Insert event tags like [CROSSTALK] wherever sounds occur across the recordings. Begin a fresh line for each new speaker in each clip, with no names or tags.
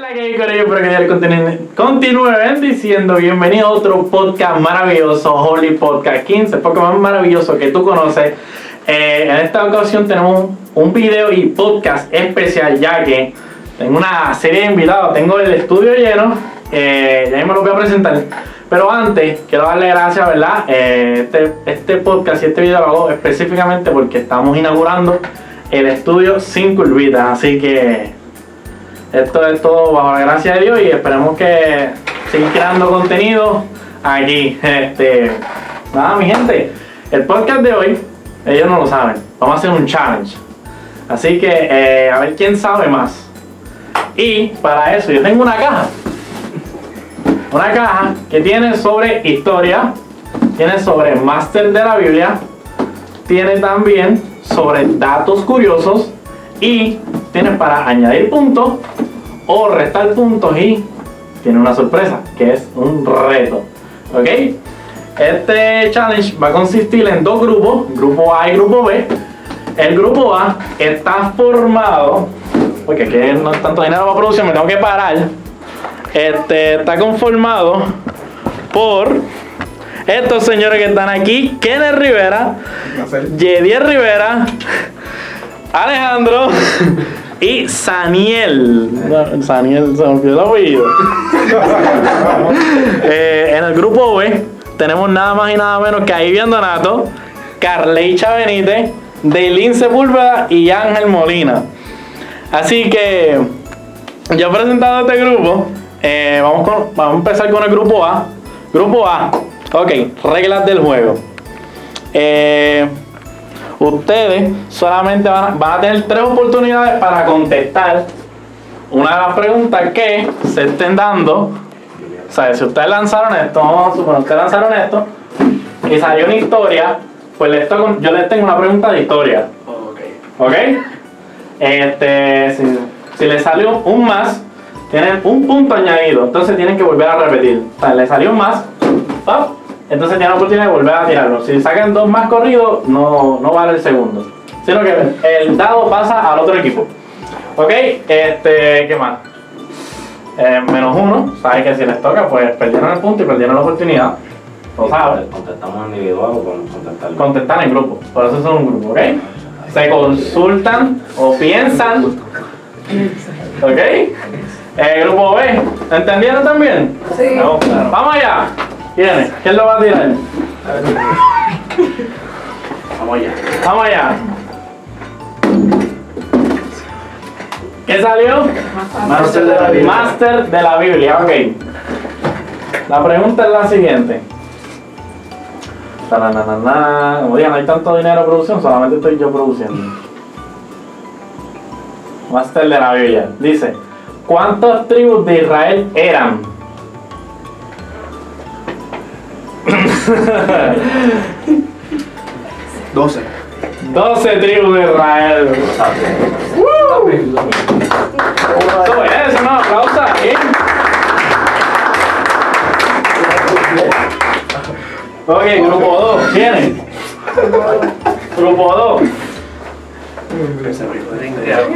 la que hay, Corillo? Espero que ya continúen, continúe bendiciendo. Bienvenido a otro podcast maravilloso, Holy Podcast 15, Pokémon maravilloso que tú conoces. Eh, en esta ocasión tenemos un, un video y podcast especial, ya que tengo una serie de invitados, tengo el estudio lleno, eh, ya mismo lo voy a presentar. Pero antes, quiero darle gracias, ¿verdad? Eh, este, este podcast y este video lo hago específicamente porque estamos inaugurando el estudio sin curvita, así que esto es todo bajo la gracia de Dios y esperemos que siga creando contenido aquí. Este, nada, mi gente, el podcast de hoy, ellos no lo saben, vamos a hacer un challenge. Así que eh, a ver quién sabe más. Y para eso yo tengo una caja. Una caja que tiene sobre historia, tiene sobre máster de la Biblia, tiene también sobre datos curiosos y tiene para añadir puntos o restar puntos y tiene una sorpresa, que es un reto. ¿Ok? Este challenge va a consistir en dos grupos, grupo A y grupo B. El grupo A está formado, porque aquí no hay tanto dinero para producción, me tengo que parar. Este está conformado por estos señores que están aquí, Kenneth Rivera, Yedier Rivera, Alejandro [LAUGHS] y Saniel. No, Saniel se me olvidó el apellido. [LAUGHS] Eh, en el grupo B tenemos nada más y nada menos que Aivia Donato, Carleicha Benítez, Deilín Sepúlveda y Ángel Molina. Así que, ya presentado este grupo, eh, vamos, con- vamos a empezar con el grupo A. Grupo A, ok, reglas del juego. Eh, ustedes solamente van a, van a tener tres oportunidades para contestar una de las preguntas que se estén dando. O sea, si ustedes lanzaron esto, vamos a suponer, ustedes lanzaron esto y salió una historia, pues les toco- yo les tengo una pregunta de historia. ¿Ok? Este, si, si les salió un más, tienen un punto añadido, entonces tienen que volver a repetir. O sea, les salió un más, ¡pap! entonces tienen la oportunidad de volver a tirarlo. Si sacan dos más corridos, no, no vale el segundo. Sino que el dado pasa al otro equipo. Ok, este, ¿qué más? Eh, menos uno, sabes que si les toca, pues perdieron el punto y perdieron la oportunidad. Lo sabes
Contestamos individual o podemos contestar.
contestan en grupo, por eso son un grupo, ¿ok? Se consultan o piensan, ¿ok? El grupo B, ¿entendieron también?
Sí.
No, claro. Vamos allá. Viene, ¿quién lo va a tirar?
Vamos allá.
Vamos allá. ¿Qué salió?
Máster de la Biblia.
Máster de la Biblia, ok. La pregunta es la siguiente. Taranana. Como digan, no hay tanto dinero de producción, solamente estoy yo produciendo. Máster de la Biblia. Dice, ¿cuántas tribus de Israel eran?
Doce.
12 tribus de Israel. ¡Woo! Eso es, un aplauso ahí. Ok, grupo 2, ¿quiénes? Grupo 2.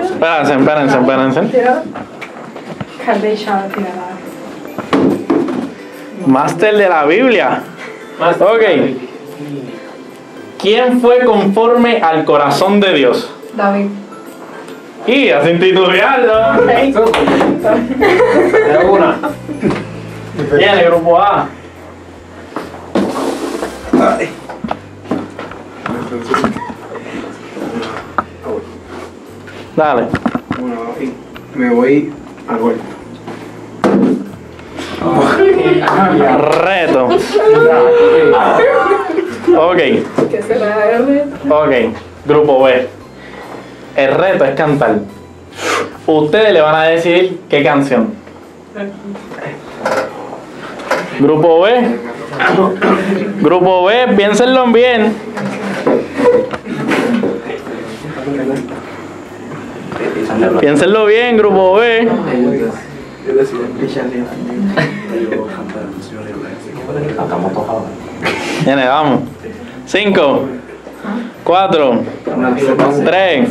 Espérense, espérense, espérense.
Cardecha tirada.
Máster de la Biblia. Ok. ¿Quién fue conforme al corazón de Dios?
David.
Y sin titubearlo.
De una.
Bien, el grupo A. Dale.
Bueno, papi, me voy al golpe.
Reto. Ok,
¿Qué será R?
ok. Grupo B. El reto es cantar. Ustedes le van a decidir qué canción. Grupo B. Grupo B, piénsenlo bien. Piénsenlo bien, grupo B.
Estamos tocados.
Viene, vamos. 5, 4, 3,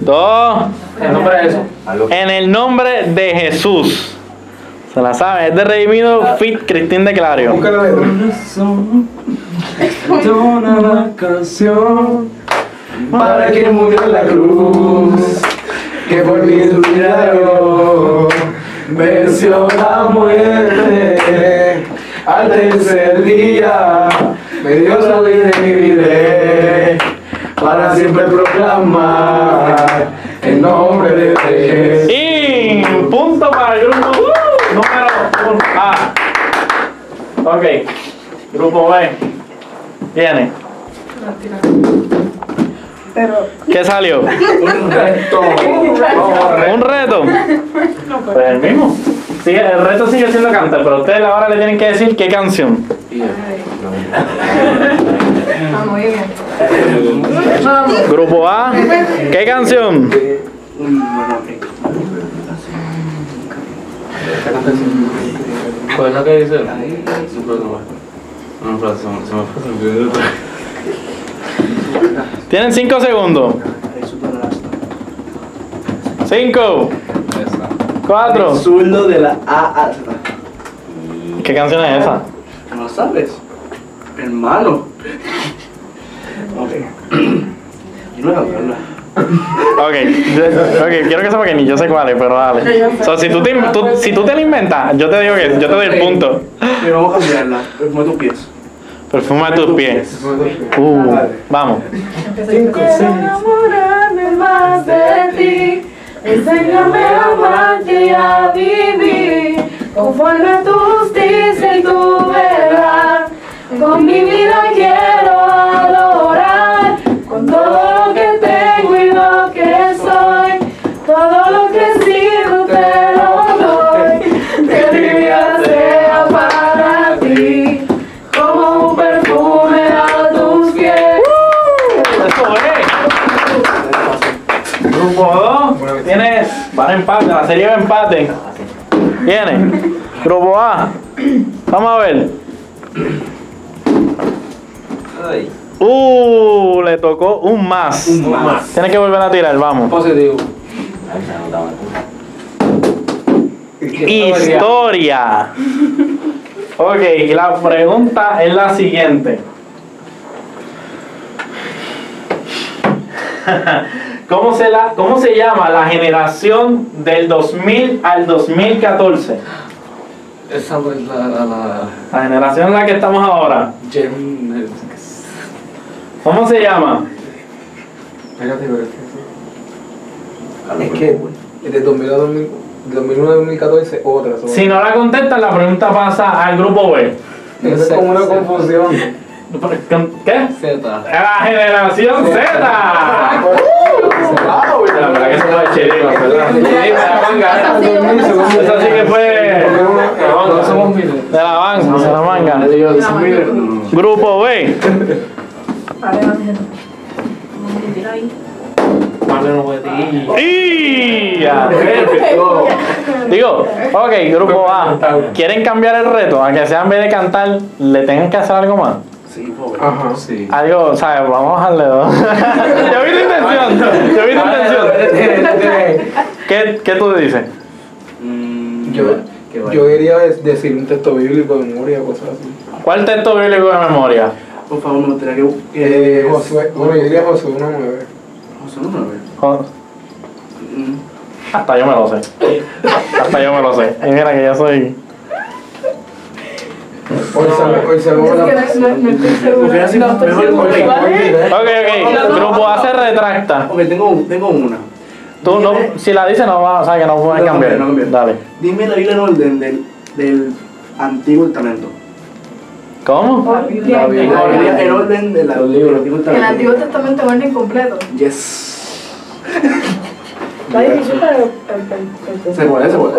dos.
El nombre de eso. Algo.
En el nombre de Jesús. Se la sabe, es de Redimido Fit Cristín de Clario.
Nunca la letra.
Dona la canción para que murió en la cruz, que por mi milagro venció la muerte. Al tercer día me dio la vida y mi vida para siempre proclamar el nombre de Jesús.
Y punto para el grupo uh, número 1A. Ok, grupo B. Viene.
Pero.
¿Qué salió?
Un reto.
[LAUGHS]
oh.
¿Un reto? Pues el mismo. Sigue- el reto sigue siendo cantar, pero ustedes ahora le tienen que decir qué canción.
ay. Ah, muy bien.
Eh,
Vamos.
Grupo A, ¿qué canción?
¿Cuál es la que dice? Su próximo. No, pero se me- se me fue, se me olvidó.
Tienen 5 segundos. 5,
Esa.
4.
Zurdo de la A a Z.
¿Qué canción es esa?
¿No sabes? Hermano. Ok. [CLEARS THROAT] Yo no voy a hablar.
Ok, yo- ok, quiero que sepa que ni yo sé cuál es, pero dale. O sea, si tú te, in- tú- si tú te la inventas, yo te digo que yo te doy el punto.
Pero vamos a cambiarla. Mueve tus pies.
Perfuma tus pies. Uh, vamos.
Empieza yo.
enamorarme más de ti. Enséñame a amarte y a vivir conforme a tu justicia y tu verdad. Con mi vida quiero adorar con todo lo que tengo y lo que soy. Todo lo que he sido te lo doy. Que mi vida sea para ti como un perfume a tus pies.
Eso es. Grupo 2, tienes. Van a empate, la serie va a empate. Viene. Grupo A. Vamos a ver. Uh, le tocó un más.
Un más.
Tienes que volver a tirar, vamos.
Positivo.
Historia. Ok, y la pregunta es la siguiente. [LAUGHS] ¿Cómo se, la, ¿Cómo se llama la generación del 2000 al 2014?
Esa es la. la, la
La generación en la que estamos ahora.
Gen.
¿Cómo se llama?
Es que desde 2000 a 2000 de 2001 a 2014, otra. son-
Si no la contestan, la pregunta pasa al grupo B.
Es como una confusión.
¿Qué?
Z.
La generación Z. La verdad que se fue de chiripa, ¿verdad?
Esa sí,
Dormir,
yo-
segundo.
Esa sí que fue
No somos miles.
de la banca, de la manga. Grupo B.
Vale, Ángel.
Y Digo, ok, grupo A. ¿Quieren cambiar el reto? A que sea en vez de cantar, le tengan que hacer algo más.
Sí, pobre.
Ajá.
Sí.
Algo, ¿sabes? Vamos a bajarle dos. [LAUGHS] Yo vi tu intención. Yo vi tu intención. ¿Qué, qué tú dices?
Mm,
Yo,
qué va.
yo quería des- decir un texto bíblico de memoria, cosas así.
¿Cuál texto bíblico de memoria?
Por favor, me gustaría que.
Eh,
que-
Josué, bueno, yo diría Josué 1.9.
Josué número nueve.
Jo-
Mm.
Hasta yo me lo sé. Hasta yo me lo sé. Y mira que yo soy.
Hoy salgo, hoy salgo la...
Es que no- no estoy segura.
Hubiera sido
No estoy
mejor
segura
porque-
cuál es.
Ok, ok. Grupo A se retracta.
Ok, tengo, tengo una.
Tú no, si la dices, no va, o sea que no puedes
No,
cambiar.
no, no, no.
Dale.
Dime la Biblia en orden del, del Antiguo Testamento.
¿Cómo?
La Biblia.
La Biblia en orden de la- del Antiguo
El Antiguo
Testamento.
Testamento es incompleto.
Yes.
Está difícil, pero. el- el-
Se puede, se puede.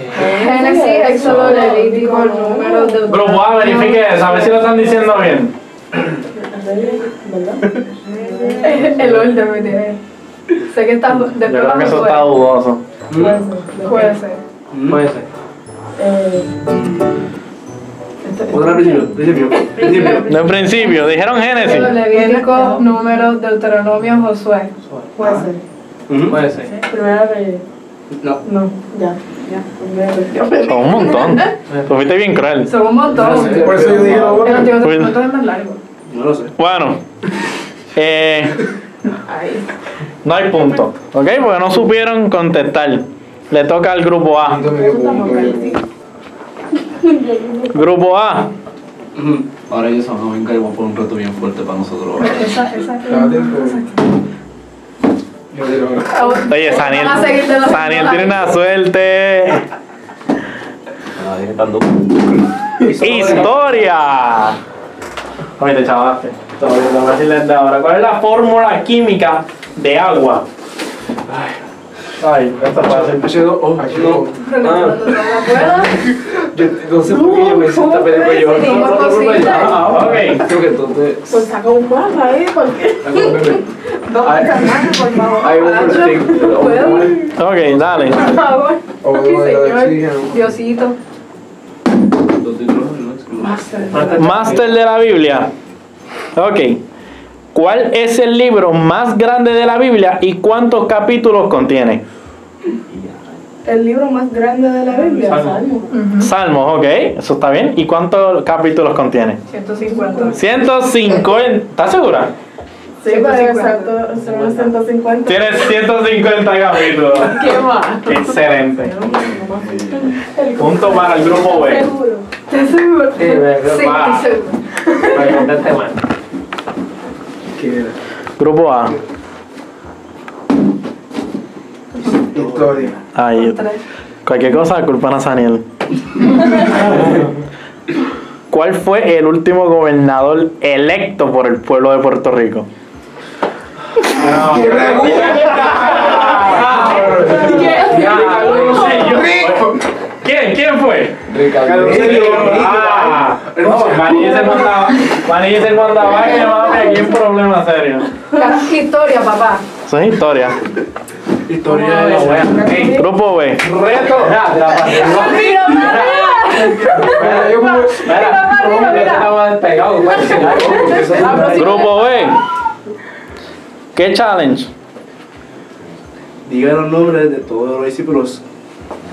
Eh,
el- Génesis, Éxodo, Levítico, Número,
Grupo A,
Deuteronomio.
verifique eso, a ver si lo están diciendo bien.
[LAUGHS] El orden me tiene. Sé que está.
Yo
Después
creo que eso
vamos
está dudoso.
a Puede ser.
Puede ser. Otra vez, Pues
[LAUGHS]
principio. Principio. Principio.
No en principio, dijeron Génesis.
Levítico, número, Deuteronomio, Josué. Puede ser.
Ujú.
Puede ser.
Primera vez.
No.
No, ya, ya. Primera vez.
Son un montón. Tú fuiste bien cruel.
Son un montón.
Sí,
Por eso yo digo
El
ahora.
antídoto el antídoto es más largo.
No lo sé.
Bueno, eh,
Ay.
no hay punto, ¿ok? Porque no supieron contestar. Le toca al grupo A.
Entonces me dio punto.
Grupo A,
Ujú.
Ahora yo soy joven y voy a poner un reto bien fuerte para nosotros ahora.
Esa, esa.
Cada tiempo. Yo digo ahora.
Oye, Saniel,
Vamos a seguir de los-
Saniel tiene una suerte.
Ah, viene tan duro.
Historia. Oye, te chavaste. Todavía no me decirles de ahora. ¿Cuál es la fórmula química de agua? Ay, esta fácil.
H2O. Ah.
Pero no la puedo.
Yo no sé por qué yo me hice esta película. [LAUGHS] Yo
¿Cómo
no, no, no, no, no,
posible?
ah, ah,
Ok.
Creo que entonces.
Pues saca un cuadro ahí, porque. No,
Ay.
Fernando, por favor.
Hay un
Nacho,
perfecto.
no puedo.
Ok, dale.
Por favor.
O
Ay,
uno de la de
señor.
oxígeno.
Diosito.
Los títulos no excluyen.
Máster de la Biblia. Ok. ¿Cuál es el libro más grande de la Biblia y cuántos capítulos contiene?
El libro más grande de la Biblia.
Salmo.
Salmo.
Salmos, ok. Eso está bien. ¿Y cuántos capítulos contiene?
150.
150. ¿Estás segura?
Sí, pero exacto, son los 150.
Tienes 150 capítulos.
¿Qué más?
Excelente. Punto para el grupo B.
Seguro. ¿Estás seguro?
Sí, me- va.
estoy seguro.
Para contarte mal.
¿Qué era?
Grupo A.
Historia.
Ahí.
Tres.
Cualquier cosa, culpan a Saniel. ¿Cuál fue el último gobernador electo por el pueblo de Puerto Rico?
Ricardo Rosselló.
[LAUGHS] ¿Quién? ¿Quién fue?
Ricardo Rosselló.
Ah, Manille se mandaba. Manille se mandaba. Ay, mami, aquí hay un problema serio.
Ca- Historia, papá.
Eso es historia.
Historia de la
Ok, Grupo B.
Reto.
¡Mira,
Mira, yo como-
mira, mira!
pegado,
pues,
güey. Porque eso es una-
Grupo B. ¿Qué challenge?
Diga los nombres de todos los discípulos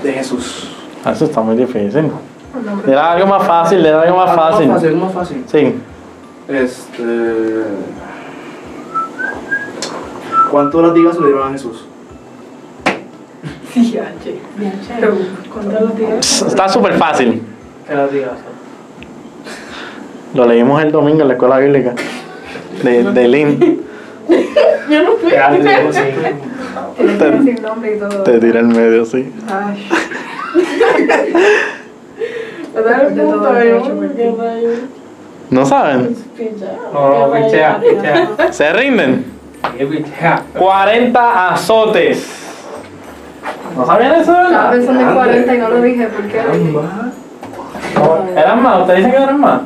de Jesús.
Ah, Eso está muy difícil. Le da algo más fácil, le da algo más fácil.
Ah, Más fácil, más fácil.
Sí.
Este. ¿Cuántos latigas se le dieron a Jesús?
Sí, ya, che. Pero, ¿Cuántos los días?
Está súper fácil. Lo leímos el domingo en la escuela bíblica. De, de Lynn.
Yo no fui. Tienes que decir nombre y todo.
Te tira el medio, sí.
[LAUGHS] Ay. Me da el punto, yo.
¿No saben?
No, pichea, pichea.
¿Se rinden?
Sí, pichea.
40 azotes. ¿No sabían eso,
Estaba
verdad?
pensando en 40 y no lo dije porque era.
Caramba.
No, ¿Eran más? ¿Ustedes dicen que eran más?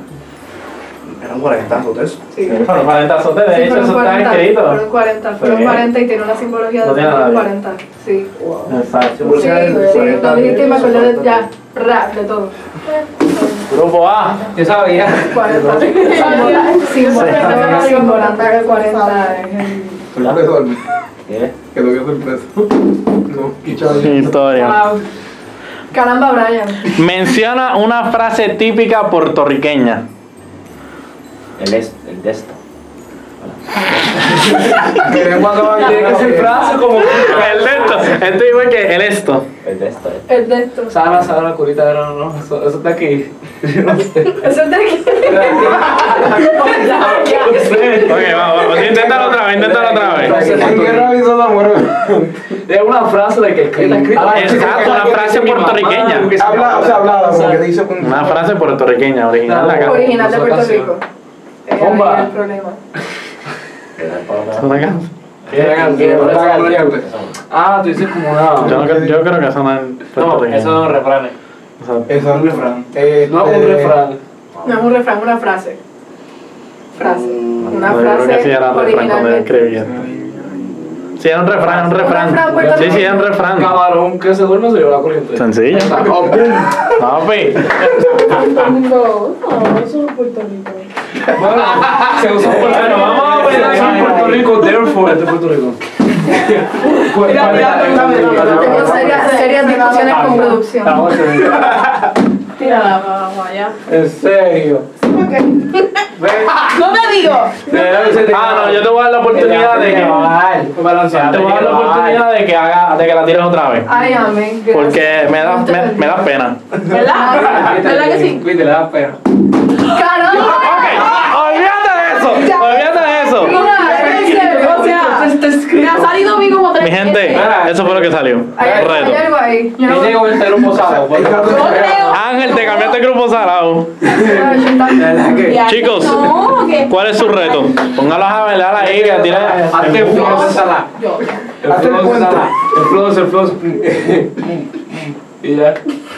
Eran 40 azotes.
Sí.
Fueron 40 azotes, de
Sí,
hecho,
fueron
eso está
40,
escrito.
Fueron 40,
Está bien.
fueron 40 y tiene una simbología
No
de
tiene
fueron
nadie.
40. Sí.
Exacto.
Por
Sí,
si eran
sí,
40
lo dijiste y me acordé de
azotes.
ya, rap, de todo.
Grupo A.
Yo sabía.
40. [LAUGHS] Sí,
sabía.
simbología de 40. es
Sorpresa, Alma. Que lo vio sorpresa. No, pichea.
el-
Historia.
Wow. Caramba, Brian.
Menciona una frase típica puertorriqueña.
El es, el de esto.
Queremos acabar bien, que se frase.
como el de esto. Esto igual que el esto.
El de esto. eh.
El de estos.
Sara, Sara, curita, no, no, no, eso, eso está aquí. Yo no sé.
[LAUGHS] Eso está aquí. Ya, ya.
Ok, vamos, vamos. Inténtalo otra vez, inténtalo otra vez.
Entonces, ¿por qué no avisó la [LAUGHS] muerte?
Es una frase de que escrita.
Ah,
Exacto, una frase puertorriqueña.
Habla, o sea, hablada, porque te dice con.
Una frase puertorriqueña, original de acá.
Original de Puerto
Ocasión.
Rico. Eh,
Bomba.
ahí el problema.
¿Es una canción?
Era caliente,
Era
era
caliente.
caliente.
pues.
Ah, tú dices como una.
Yo, no creo- yo creo que eso no es puertorriqueño.
no refranes.
O sea,
Eso es un refrán.
Este,
Eh,
No es un refrán.
No es un refrán, es una frase. Frase. Una
no, yo creo que sí
frase
era refrán cuando yo
originalmente.
escribí esto. Sí, era un refrán, era un
Un refrán
refrán. Sí,
puertorriqueño.
sí, era un refrán.
Camarón que se duerme se lleva la corriente.
Sencillo.
Oh, boom.
Papi.
No, no, eso no es Puerto Rico.
Bueno, se usó por
Bueno, vamos a
Se
poner
usó en Puerto Rico, therefore, este es de Puerto Rico.
¿Cuál-
Mira,
cuál
mira,
es la
pregúntame,
pregunta?
pregúntame.
Tengo serias, serias discusiones con
La
producción.
voz
[LAUGHS]
se ve.
Tírala, vamos allá.
En serio.
¡No te digo!
Ah, no, yo te voy a dar la oportunidad de que. Te voy a dar la oportunidad de que haga, de que la tires otra vez.
Ay, amén. gracias.
Porque me da, me, me da pena.
¿Verdad? ¿Verdad que sí?
Viste, le das pena.
¡Caramba!
Ok, olvídate de eso. Olvídate de eso.
Mira, en serio, o sea, me ha salido a mí como tres
Mi gente,
veces.
eso fue lo que salió.
Hay algo, hay
Reto.
algo ahí. Yo no
Viste con el grupo sábado. por favor.
Yo creo.
Ángel, te cambiaste el grupo salado.
Ya,
Chicos,
No, que.
¿Cuál es su reto? Póngalos a bailar ahí, que tiene.
Hazte el
Yo
flow de sala. El
Hazte el
flow de
puente.
sala. El flow es el flow. Y ya.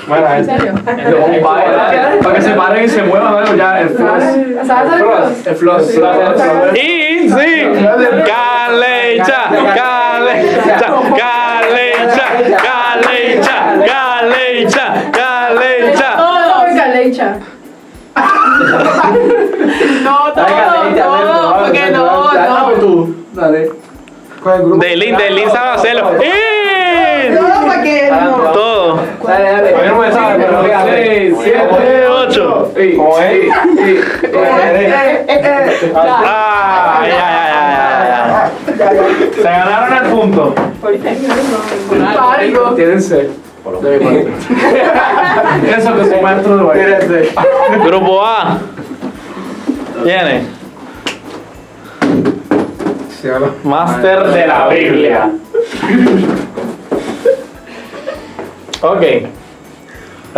Bueno,
¿En
este,
gente.
serio?
Lo baila, Para que se paren y se muevan, bueno, ya. El flow es.
¿Sabes
El
hacer
flow
cosas?
es- el flow es-
Y sí, Calecha, Calecha, Calecha, Calecha, Calecha, Calecha.
Todo por Calecha.
No, todo, todo, porque no, no.
tú. Dale.
¿Cuál es el grupo?
Delin, Delin sabe hacerlo. ¡Y!
[LAUGHS]
Todo porque
Ah,
no.
Todo.
Dale, dale. Porque no me sabe, pero fíjate.
Siete, ocho.
¿Cómo es? Sí, sí.
Eh,
Ah, ya, ya, ya, ya, ya. Se ganaron el punto.
Algo.
Tienen sed. De mi parte. Eso que su maestro de baile. Tienen sed.
Grupo A. Viene. Master de la Biblia. Ok. Esta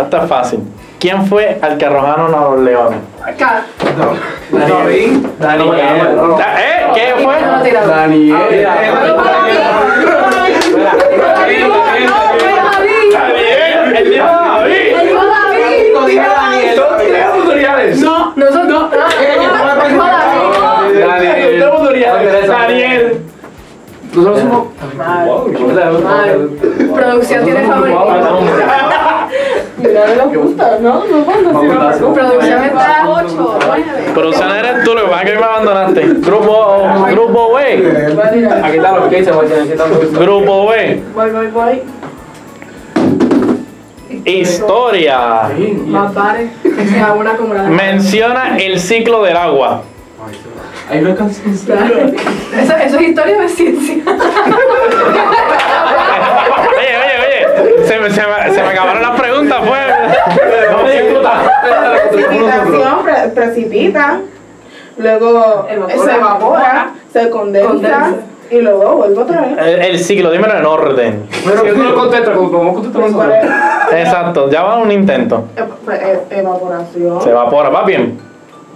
está fácil. ¿Quién fue al que arrojaron a los leones?
Ca-
Daniel. Ah, Daniel.
Da- ¿Eh? ¿Qué fue?
No, tirado.
Daniel, el dijo David.
¡Dijo David!
No,
Nosotros. Ah, no, dijo David.
Daniel.
Daniel.
Daniel.
Nosotros somos.
Pues
Producción tiene favorito. Producción está 8, 9.
Pero si no eres tú, lo que pasa es que me abandonaste. Grupo, grupo B.
Aquí están los que dicen, güey, aquí están los que dicen.
Grupo B.
Voy, voy, voy.
Historia.
Más pares. Que sea una como la
Menciona el ciclo del agua. [LAUGHS]
Ahí no alcanzas.
Eso, eso es historia de ciencia.
Oye, oye, oye. Se me, se me, se me acabaron las preguntas, pues. No me discutas.
Precipitación, pre- precipita, luego
Evapora.
se evapora, se condensa,
Condensa.
y luego vuelve otra vez.
El, el ciclo, dímelo en orden.
Pero tú no contestas, como podemos contestar
Pues, ¿cuál es?
nosotros.
Exacto, ya va un intento.
Ep- pre- e- Evaporación,
Se evapora, va bien.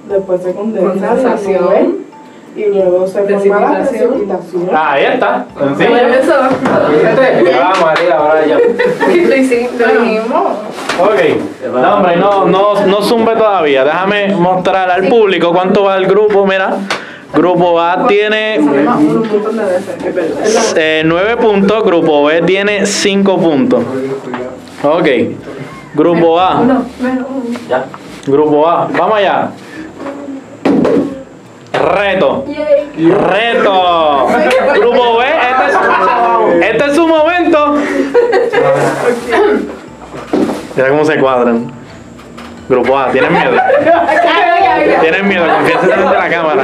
después se condensa, se
Condensación.
nube, y luego se forma la
Precipitación.
precipitación.
Ah, Ahí está.
Como yo
Sencillo.
pienso,
Ah, María, ahora ya.
lo hicimos, lo
Bueno,
dijimos.
Ok. No, hombre, no, no, no zumbe todavía. Déjame mostrar al público cuánto va el grupo. Mira, grupo A tiene
Salimos un montón de veces.
eh, 9 puntos, grupo B tiene 5 puntos. Ok. Grupo A.
Uno, menos uno.
Grupo A, vamos allá. Reto. Reto. Grupo B, este es, este es su momento. Mira cómo se cuadran. Grupo A, tienen miedo. Tienen miedo, confianza delante de la cámara.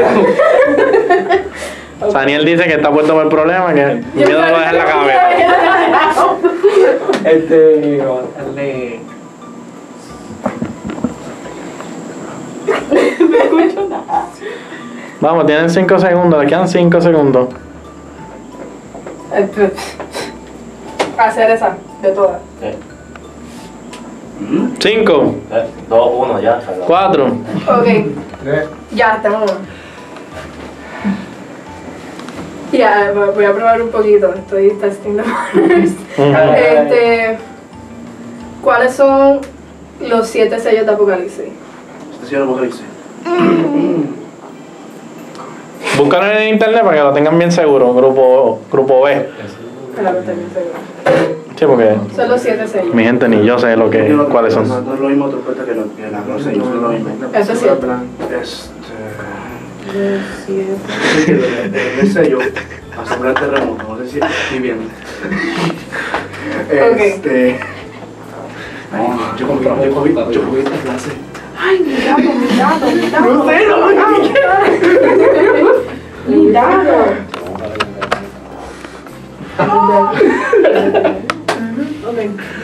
Daniel dice que está puesto por el problema, que el miedo lo deja en la cabeza.
Este. Dale.
Vamos, tienen 5 segundos, le quedan 5 segundos.
[LAUGHS] Hacer esa, de todas.
5,
2, 1, ya. se acabó.
4,
Ok. Ya, estamos. Ya, voy voy a probar un poquito. Estoy testing the waters. [LAUGHS] este, ¿Cuáles son los siete sellos de Apocalipsis?
Estación Apocalipsis.
Búscalo en internet para que lo tengan bien seguro, grupo, grupo B.
Me la conté bien segura.
Sí, porque
Son los siete sellos.
mi gente ni yo sé lo que,
Yo no-
cuáles son.
No, no es lo mismo tu puerta que lo que la no sé, yo no es lo mismo.
Eso es cierto.
Este. Sí, el- el- el sello. asombra el terremoto, no sé si estoy viendo.
Ok.
Este. Ay, yo cogí, yo cogí, yo cogí esta clase.
Ay, mi gato, mi gato, mi gato.
No sé, no,
Mi gato.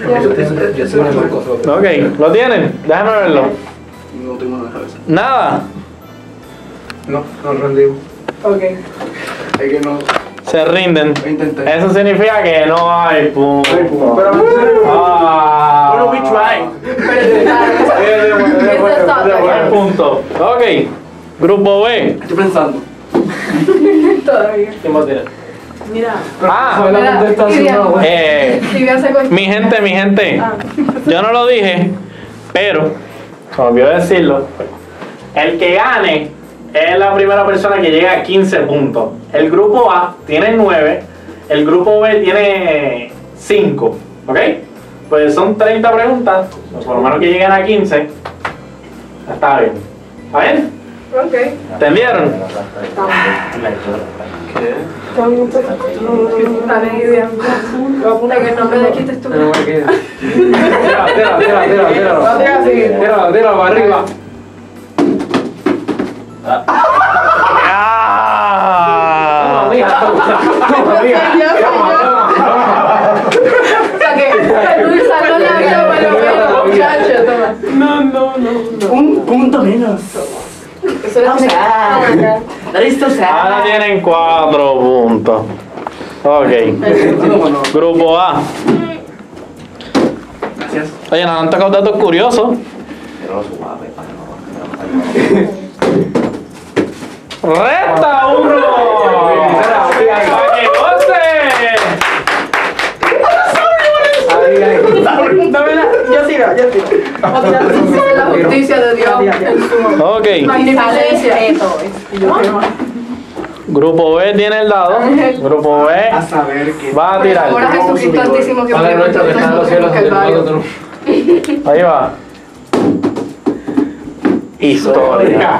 Yo te- yo soy una loco.
Ok, ¿lo tienen? Déjame verlo.
No tengo nada en la cabeza.
Nada.
No, no rendimos.
Ok.
Es que no,
Se rinden.
lo
Eh,
intenté.
Eso significa que no hay punto. Ah.
Bueno, we tried.
Buen punto. Ok. Grupo B.
Estoy pensando.
Todavía.
¿Quién va a tirar?
Mira.
Ah,
Mira, Irian,
eh,
si hubiese cuestión-
mi gente, mi gente.
Ah,
Yo no lo dije, pero se me olvidó decirlo. El que gane es la primera persona que llega a 15 puntos. El grupo A tiene 9, el grupo B tiene 5, ¿ok? Pues son 30 preguntas, pues por lo menos que lleguen a 15. Está bien. ¿Está bien?
Ok.
¿Entendieron?
¿Qué?
Dale, Irian. En el nombre de Cristo es tu-
Tira, tira, tira, tira, tira.
No te hagas así.
Tira, tira, para arriba.
¡Ah!
Toma, mija.
Ya, ya.
O sea que que Luis salvó la vida, por lo menos, muchacho, toma.
Un punto menos.
Eso lo tiene-
Listo,
Ahora tienen cuatro puntos. Ok. Grupo A.
Gracias.
Oye, nos han tocado datos curiosos. ¡Resta uno!
Espera, espera, espera.
¡Para que goce!
Ahí, ahí.
Yo tiro, yo tiro.
[LAUGHS]
La justicia de Dios en su
Ok.
magnificencia.
Grupo B tiene el dado. Grupo B
A saber que.
va a tirar.
Ahora Jesucristo altísimo que
Padre
murió
nuestro que
por
estás en los cielos,
nosotros en el
santificado
Calvario.
tu nombre.
Ahí va. Historia.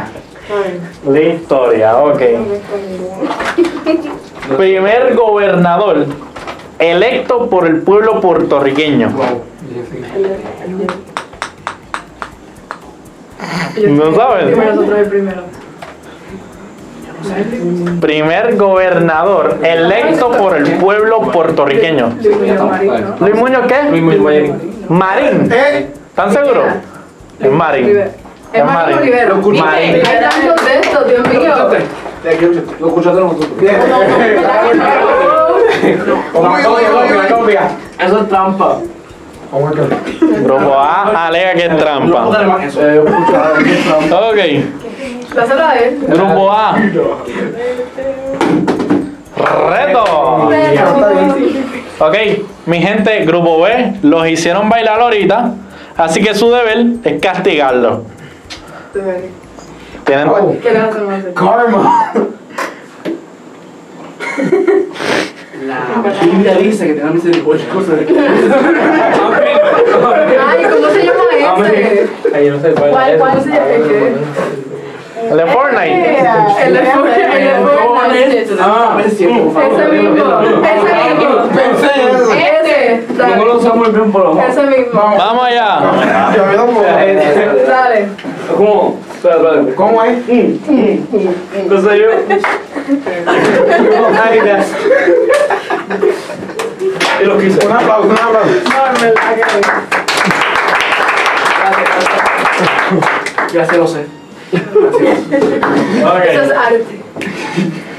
La historia, ok. Primer gobernador electo por el pueblo puertorriqueño. ¿No sabes?
Primero nosotros el primero.
Primer gobernador electo por el pueblo puertorriqueño.
Luis Muñoz Marín, ¿no?
¿Luis Muñoz
Luis
qué? ¿Eh?
Muñoz Marín.
Marín. ¿Están seguros? Es Marín.
Rivera. Es Marco Rivera.
Marín.
¿Viste?
Marín.
Hay tantos de estos, Dios mío.
Lo escuchaste nosotros. Copia, copia, copia.
Eso es trampa.
Grupo A alega que es
No puedo
trampa.
dar más que eso.
Eh, pucha, qué trampa.
Ok.
Dáselo a él.
Grupo A. Reto. Ok, mi gente, grupo B, los hicieron bailar ahorita, así que su deber es castigarlos. Tienen
Oh,
¿Qué le hacemos hacer?
Karma.
La Biblia dice que tenga misericordia. Cosa de-
Ay, ¿cómo se llama ese?
Ay, yo no sé
¿Cuál-
es.
cuál es el que-
el de Fortnite.
Mira,
El de Fortnite, el de Fortnite.
Ah, es cierto, por favor.
Ese mismo, ese mismo.
Pensé en eso.
Ese,
No lo
dale.
usamos bien por los
Ese mismo.
Vamos allá.
Eh,
Dale.
¿Cómo? Espera, espera. ¿Cómo es?
Entonces yo.
Y lo quise.
Un aplauso, un aplauso.
Ya se lo sé.
Eso es
Ok.
arte.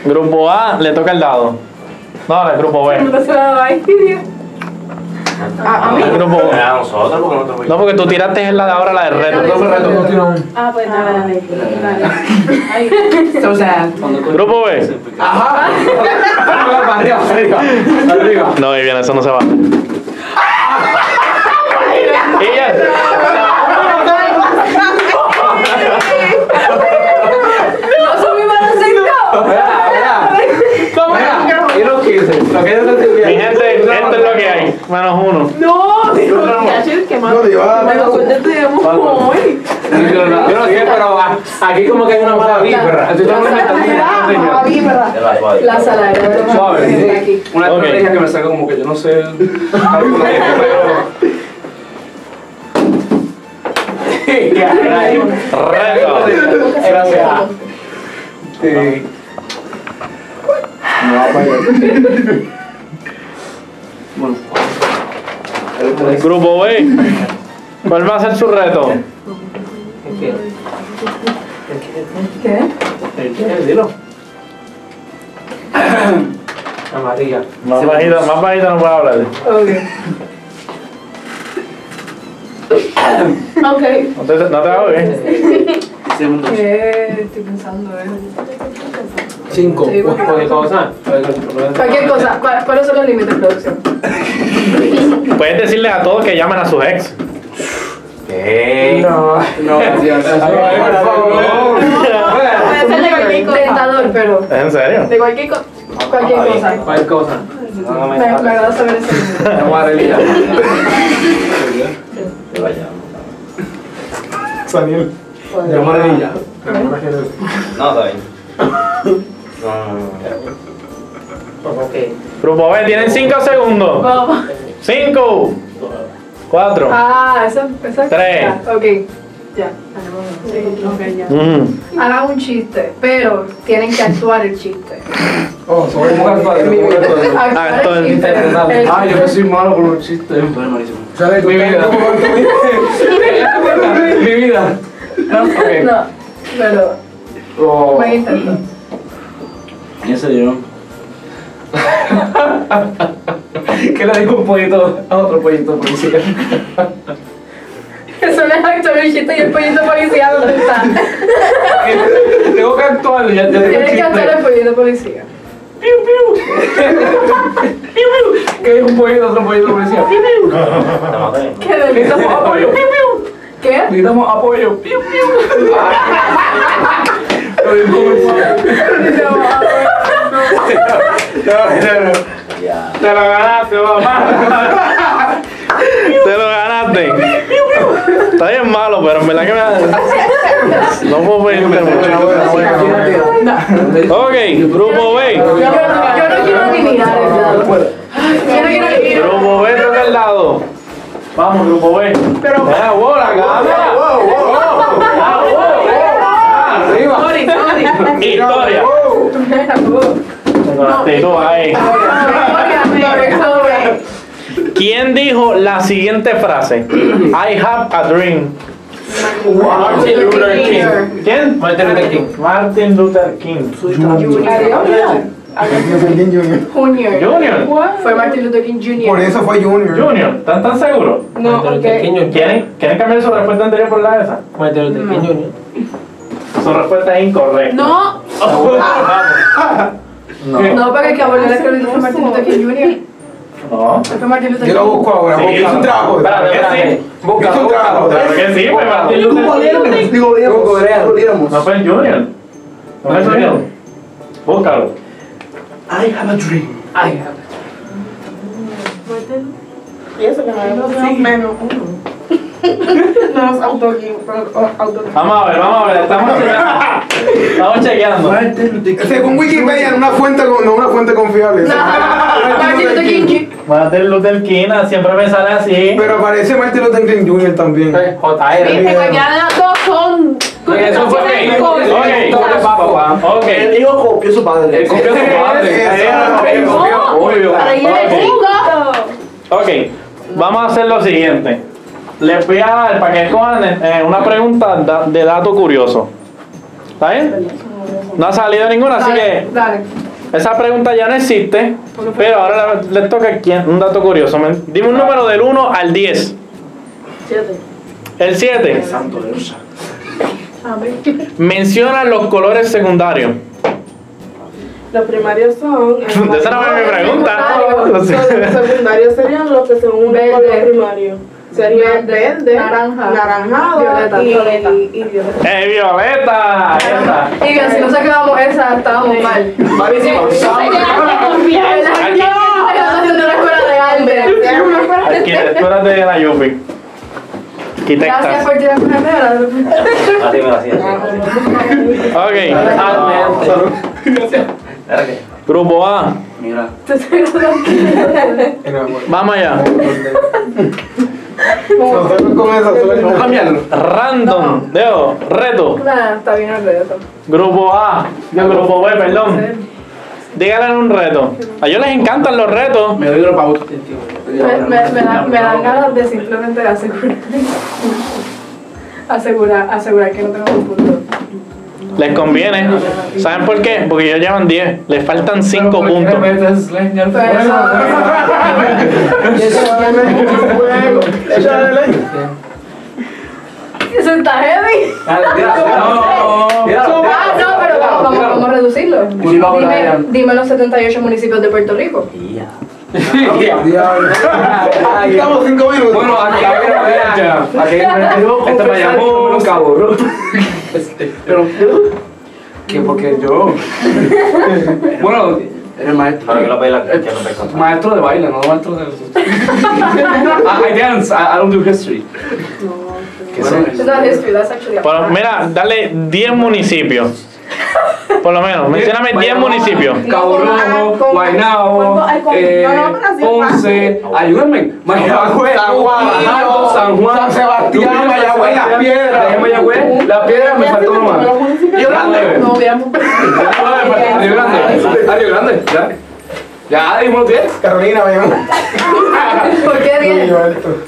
Grupo A le toca el dado. No, el grupo B.
No se la va a ir.
A, a mí.
El grupo B.
A nosotros, porque no te voy
No, porque tú tiraste en la de ahora la de reto.
Ah, pues dale. Dale.
So sad.
Grupo B.
Ajá. Para arriba, para arriba. Para arriba.
No, muy bien, eso no se va. Ella.
No subimos a los cinco.
Espera, espera. Mira, Y los 15. Lo que yo te entendía.
Mi gente, esto es lo que hay. Menos uno.
No, digo, ya, che, que más.
No, te iba a dar-
Bueno, suerte te damos hoy.
Te
Yo no sé, pero a- aquí como que hay una mala vibra.
Ah,
De la suave.
La sala de la
Suave.
aquí.
Una
Ok.
estrategia que me saca como que yo no sé calcular, pero
Reto.
Gracias.
Grupo B. ¿Cuál va a ser su reto?
¿Qué?
Dilo. Amarilla.
Más bajito, más bajito no puedo hablar.
Ok.
No te, no te hago bien.
segundo.
¿Qué? Estoy pensando, eh.
Cinco.
Sí.
Cualquier cosa.
Cualquier cosa, ¿cuál- ¿cuáles son los límites de producción?
Puedes decirle a todos que llamen a sus ex.
¿Qué?
No, gracias.
Ay, por favor.
Puede ser de cualquier cosa. Ah,
Tentador, pero.
¿Es en serio?
De cualquier, co- cualquier cosa.
Cualquier cosa.
No
Me,
me
me agrada saber eso.
[LAUGHS]
Amarilla.
Te vaya.
Daniel.
Amarilla.
No, está bien. No, no, no.
Grupo B, tienen 5 segundos.
Vamos.
5, 4.
Ah, esa. esa
Tres.
Ya, ok. Ya. Sí, ok, ya.
Mm.
Hagan un chiste, pero tienen que actuar el chiste.
Oh, soy un gato, soy un gato.
Ah, esto
Actuar el
es
chiste.
interpretable.
El
Ah, yo que
chiste.
soy malo con los chistes. Bueno, malísimo.
¿Sabes mi vida?
[LAUGHS]
mi vida. No, ok.
No, pero. Buen intento.
En serio.
Que le dijo un pollito a otro pollito policía.
Eso no es actuar el chiste y el pollito policía, ¿dónde está?
Tengo que actuar, ya te digo un
Tienes que actuar
chiste.
el pollito policía.
[LAUGHS] Que dijo un pollito a otro pollito policía.
Te maté.
Qué delito.
Necesitamos apoyo. piu, piu.
¿Qué?
Necesitamos apoyo. piu, piu. Lo dijo policía.
Ya.
Te lo ganaste, mamá. Te lo ganaste. Está bien malo, pero en verdad que me No puedo pedirte mucho. Ok, grupo
Yo,
B.
yo no quiero ni mirar el lado. Yo no quiero ni mirar.
Grupo B toca el lado. Vamos, grupo B. Pero. Ah, wow, la cámara. Ah,
oh,
Arriba.
Sorry, sorry.
wow. Historia. Te ganaste tú ahí. ¿Quién dijo la siguiente frase? I have a dream.
Martin Luther King.
¿Quién?
Martin Luther King.
Martin Luther King.
Martin King Jr.
Junior.
Junior.
Fue Martin Luther King
Por
Jr.
eso fue Junior.
Junior, ¿están tan seguros?
No, porque.
¿Quieren, ¿Quieren cambiar su respuesta anterior por la de esa?
Martin Luther King Jr.
Su respuesta es incorrecta.
No,
No, porque el que
Ah,
abolió la esclavitud fue Martin Luther King Jr.
[LAUGHS] No.
Fue Martin Luther
Yo lo busco ahora, porque es un trabajo.
Espérate,
Es
espérate.
un trabajo.
Claro que sí, pues Martin Luther
Digo,
King. No fue el Junior. No fue el Junior. Búscalo.
I have a dream.
y eso que no habíamos dado menos [LAUGHS] uno. Nos auto
Vamos a ver, vamos a ver. Estamos chequeando. Estamos chequeando.
Martin Luther King.
Según Este, Wikipedia, no una fuente, con- no una fuente [LAUGHS] confiable.
King. Martin Luther King Jr.
Martin Luther King ah, siempre me sale así.
Pero aparece Martin Luther King Jr. también.
JR.
Viste, cualquiera de las dos son.
Eso fue
son
mi-
cosas.
eso fue mi doble papa, papá.
Ok.
El hijo copió a su padre.
Él copió a su padre.
Eso.
Obvio.
Para ir al chingo.
Ok, vamos a hacer lo siguiente. Les voy a dar, para que cojan eh, una pregunta da- de dato curioso. ¿Está bien? No ha salido ninguna, así que
Dale, dale.
esa pregunta ya no existe. Pero ahora le- les toca aquí un dato curioso. men. Dime un número del 1 al 10.
Siete.
El 7.
Santo Dios.
A ver.
Menciona los colores secundarios.
Los primarios son. eh,
Esa no fue mi pregunta.
Los secundarios serían los que se unen con los
Verde.
primarios. Sería
Verde,
verde,
naranja,
naranjado
violeta,
y,
violeta.
y- y violeta.
¡Eh, Violeta! Esa.
Y bien, si no sacábamos esa, estábamos mal. Estamos haciendo una escuela de arte.
[LAUGHS]
Arquitectura de la Yupi.
Gracias
Arquitectas.
por tirarme la mierda.
Así me lo hacía. así, así.
Ok.
Totalmente.
Gracias.
Espera que-
Grupo A.
Mira.
Te estoy grabando.
Vamos allá.
Nosotros con esa
Vamos a
suerte.
cambiarlo.
Random. Deo. Reto.
Nah, está bien el reto.
Grupo A. No, grupo B, perdón. Díganle un reto. A ellos les encantan los retos.
Me doy la pauta.
Me, me, me, da- me dan ganas de simplemente asegurar. Asegurar, asegurar que no tengo un punto.
Les conviene. ¿Saben por qué? Porque ellos llevan 10. Les faltan 5 puntos.
Pero eso está heavy. Ah, no, pero vamos, vamos, vamos a reducirlo.
Pues Sí, vamos a
Dime,
hablar.
dime los 78 municipios de Puerto Rico.
Diablo. Estamos cinco minutos.
Bueno, aquí hay una pelea. Aquí hay
[LAUGHS]
una Este me llamó cabrón. Este, Pero. ¿Qué? Porque yo. Bueno,
Eres maestro.
Pero que lo ve la- que no te consta.
maestro de baile, no maestro de. Ah, I, I dance, I, I don't do history. ¿Qué es
Bueno,
eso?
It's not history, that's actually a
Por-
fact.
mira, dale 10 municipios. Por lo menos, mencioname 10
Vayamos a-
municipios.
Cabo
No, con-
Rojo,
con-
Guaynabo,
con- con-
eh,
no, no, pero así es
Ponce, ayúdenme. Mayagüez,
San Juan,
Guanajuato, San Juan,
San Sebastián,
Luis,
Mayagüez, Las Piedras.
Dejé Mayagüez, Las Piedras, me faltó uno más. Río Grande.
No, veamos.
Ah, Río Grande. Ah, Río Grande, ya. Ya, dimos los 10.
Carolina, vayamos.
[LAUGHS] ¿Por qué 10?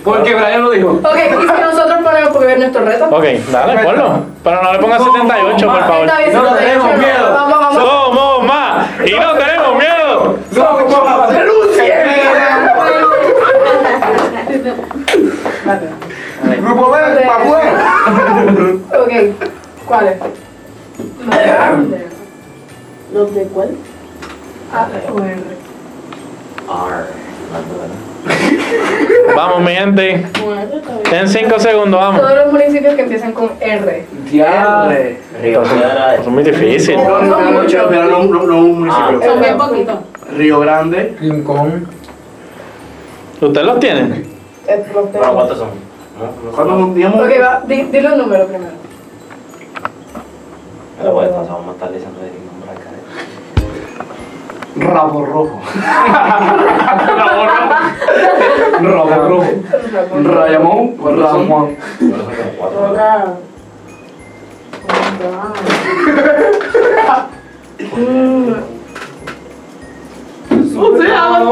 Porque Brian lo dijo.
Ok, y si nosotros ponemos porque es nuestro reto.
Ok, dale, ponlo. Pero no le pongas 78, por favor.
Está bien,
No
78,
tenemos
no,
miedo.
Vamos, vamos.
Somos más y no tenemos miedo.
¡Somos papás! Grupo B, pa' afuera.
Ok, ¿cuál es?
¿Los de [LAUGHS] cuál?
Ah, bueno.
Arr, hablando de-
Vamos, mi gente. En 5 segundos, vamos.
Todos los municipios que empiezan con R.
Diablo.
Río Piedra,
Eso es muy difícil.
No, no, no, no, pero no, no, no un municipio.
Ah.
Son bien poquitos.
Río Grande.
Rincón.
¿Ustedes los tienen?
Es lo que-
Bueno, ¿cuántos son? No, no son.
¿Cuántos digamos?
Ok, va, di, di los números primero.
Pero bueno, entonces vamos a estar diciendo de ningún nombre acá.
Rabo Rojo. Rabo Rojo. Rayamón, San Juan.
Yo creo que son cuatro.
Ahora.
O sea,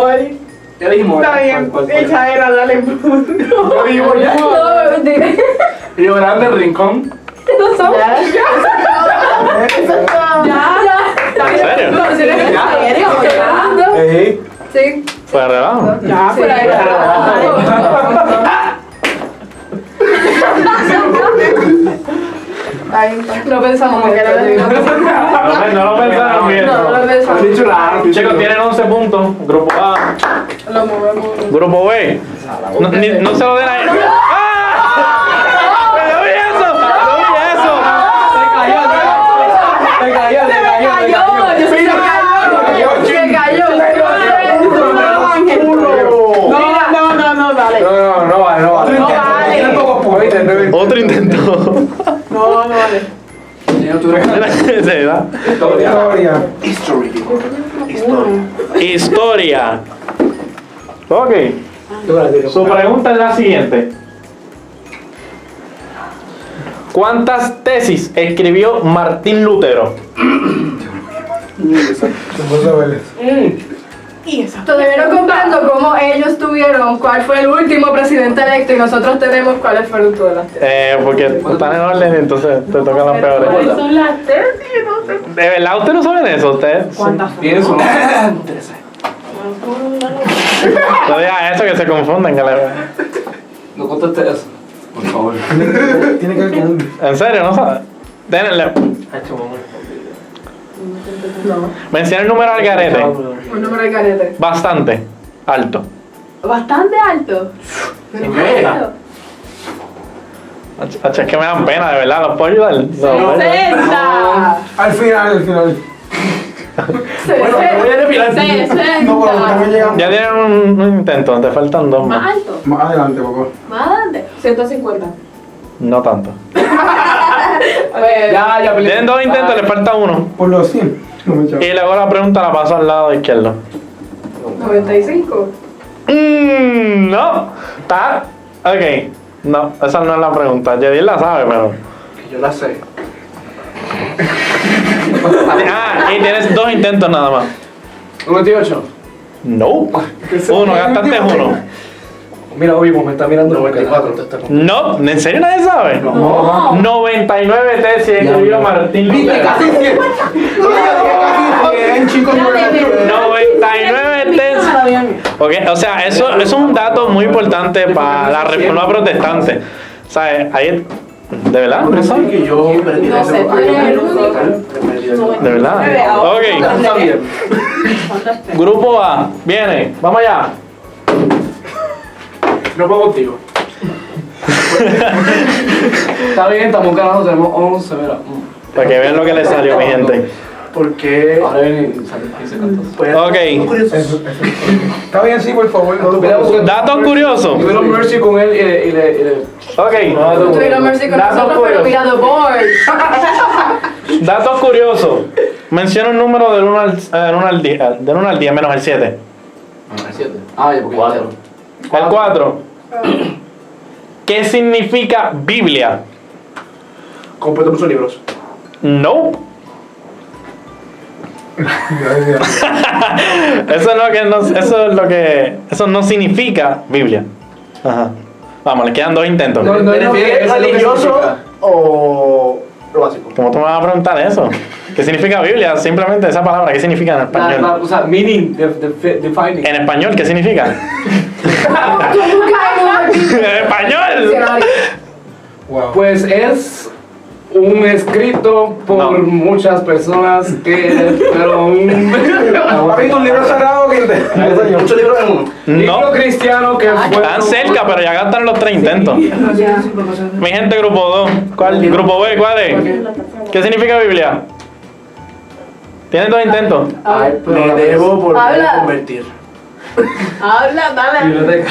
ya dijimos.
Está
¿Cuál,
bien,
cuál, cuál?
echadera, dale [LAUGHS] punto.
Yo digo ya.
No, di-
Río Grande, Rincón.
no son. [LAUGHS]
Ya, ya.
¿En serio?
No, si no-
¿En serio? Ya.
No,
Ey,
Sí.
Pues vamos.
Ya,
Sí.
pero
No pensamos
Como que era la misma
No, no lo pensaron bien.
No, no lo pensamos.
Has dicho la A,
Chicos, tienen 11 puntos. Grupo A.
Lo movemos.
Grupo B. No, ni- no se lo den a él. ¡Ah! ¡Pero vi eso! ¡Pero vi eso!
Te cayó, te cayó, te cayó.
yo soy
cayó,
Se cayó.
No, no, no, no, dale.
No, no, no vale, no vale.
No vale.
Tiene pocos puntos, no vale.
Otro intento.
No, no, vale.
Señor, tú eres-
[LAUGHS] Se va.
Historia.
History. History.
Historia. Ok. Su pregunta es la siguiente. ¿Cuántas tesis escribió Martín Lutero?
Se puso a ver eso.
Y esa.
Todavía no comprendo cómo ellos tuvieron cuál fue el último presidente electo y nosotros tenemos cuáles fueron todas las.
Eh, porque están en orden, entonces te tocan las peores.
¿Cuáles son las tesis? No sé.
¿De verdad ustedes no saben eso? Ustedes.
¿Cuántas son?
Tiene su nombre.
No digan eso que se confunden, que le-
No contestes eso. Por favor.
Tiene que ver con un-
En serio, no saben. Denle. Menciona el número al garete.
Un número de carete.
Bastante. Alto.
Bastante alto.
Señora.
Hacho, Es que me dan pena, de verdad. ¿Los puedo ayudar? No, ¿verdad?
Sesenta.
Al final, al final.
Bueno, te voy a depilar.
No, bueno, estamos
Sesenta.
llegando.
Ya tienen un, un intento, te faltan dos
Más
más.
alto.
Más adelante, papá.
Más grande. 150.
No tanto.
Pues,
Ya, ya, perdí.
Tienen dos intentos, le falta uno.
Por los 100. No me
Y luego la pregunta la paso al lado izquierdo.
95.
Mmm, no. Está. Ok. No, esa no es la pregunta. Yadil la sabe, pero.
Que yo la sé.
Ah, y tienes dos intentos nada más.
98.
No. Uno, gastaste uno.
Mira, Obi, me está mirando.
94.
No, ¿en serio nadie sabe?
No.
99 T100 que vio Martín
Viste,
Lutero.
casi 100. Casi 100, chicos. por la-
99 T100. Ok, o sea, eso, eso es un dato muy importante para la reforma protestante. ¿Sabes? Ahí. ¿De verdad? ¿Eso?
Sí, que yo perdí
No
ese
sé,
botón.
tú eres el
Perdí ese botón.
¿De verdad? Ok.
Está bien.
Grupo A. Viene. Vamos allá.
No puedo contigo. Está bien, estamos ganando, tenemos 11, mira. Mm.
Para que vean lo que les salió, mi gente.
¿Por qué?
Ahora viene y sale 15 cantos.
Pues-
Ok.
Está bien, sí, por favor. No,
Mira, porque
Datos curiosos.
Tuvieron mercy con él y le- y le- y le...
Ok.
Tuvieron mercy con
Datos
nosotros, pero
curiosos.
mira The Board.
Datos curiosos. Menciona un número del 1 al, 10, del uno al 10 menos el 7.
Ah, ya, porque...
Cuatro.
El 4. ¿Qué significa Biblia?
Completo muchos libros.
No. [LAUGHS] Eso es lo que no, eso es lo que eso no significa Biblia. Ajá. Vamos, le quedan dos intentos.
No, no,
¿Te
no,
refieres
¿Es
a lo que
religioso
significa?
o lo básico?
¿Cómo tú me vas a preguntar eso? ¿Qué significa Biblia? Simplemente esa palabra, ¿qué significa en
Nada, nada,
español?
o sea, meaning, de- de- defining.
¿En español qué significa? [LAUGHS]
Tú nunca hemos
¡En español!
diccionario.
Wow.
Pues es un escrito por
No.
muchas personas que fueron [LAUGHS]
Papito, un libro sagrado que te.
muchos libros en uno. Libro
No.
cristiano que fue
Están cerca, pero ya gastaron los tres intentos. Mi gente, grupo 2. ¿Cuál? Grupo B, ¿cuál es?
[LAUGHS]
¿Qué significa Biblia? Tienen dos intentos.
Ay, pero me debo volver
Habla.
a convertir.
Habla, dale.
Biblioteca.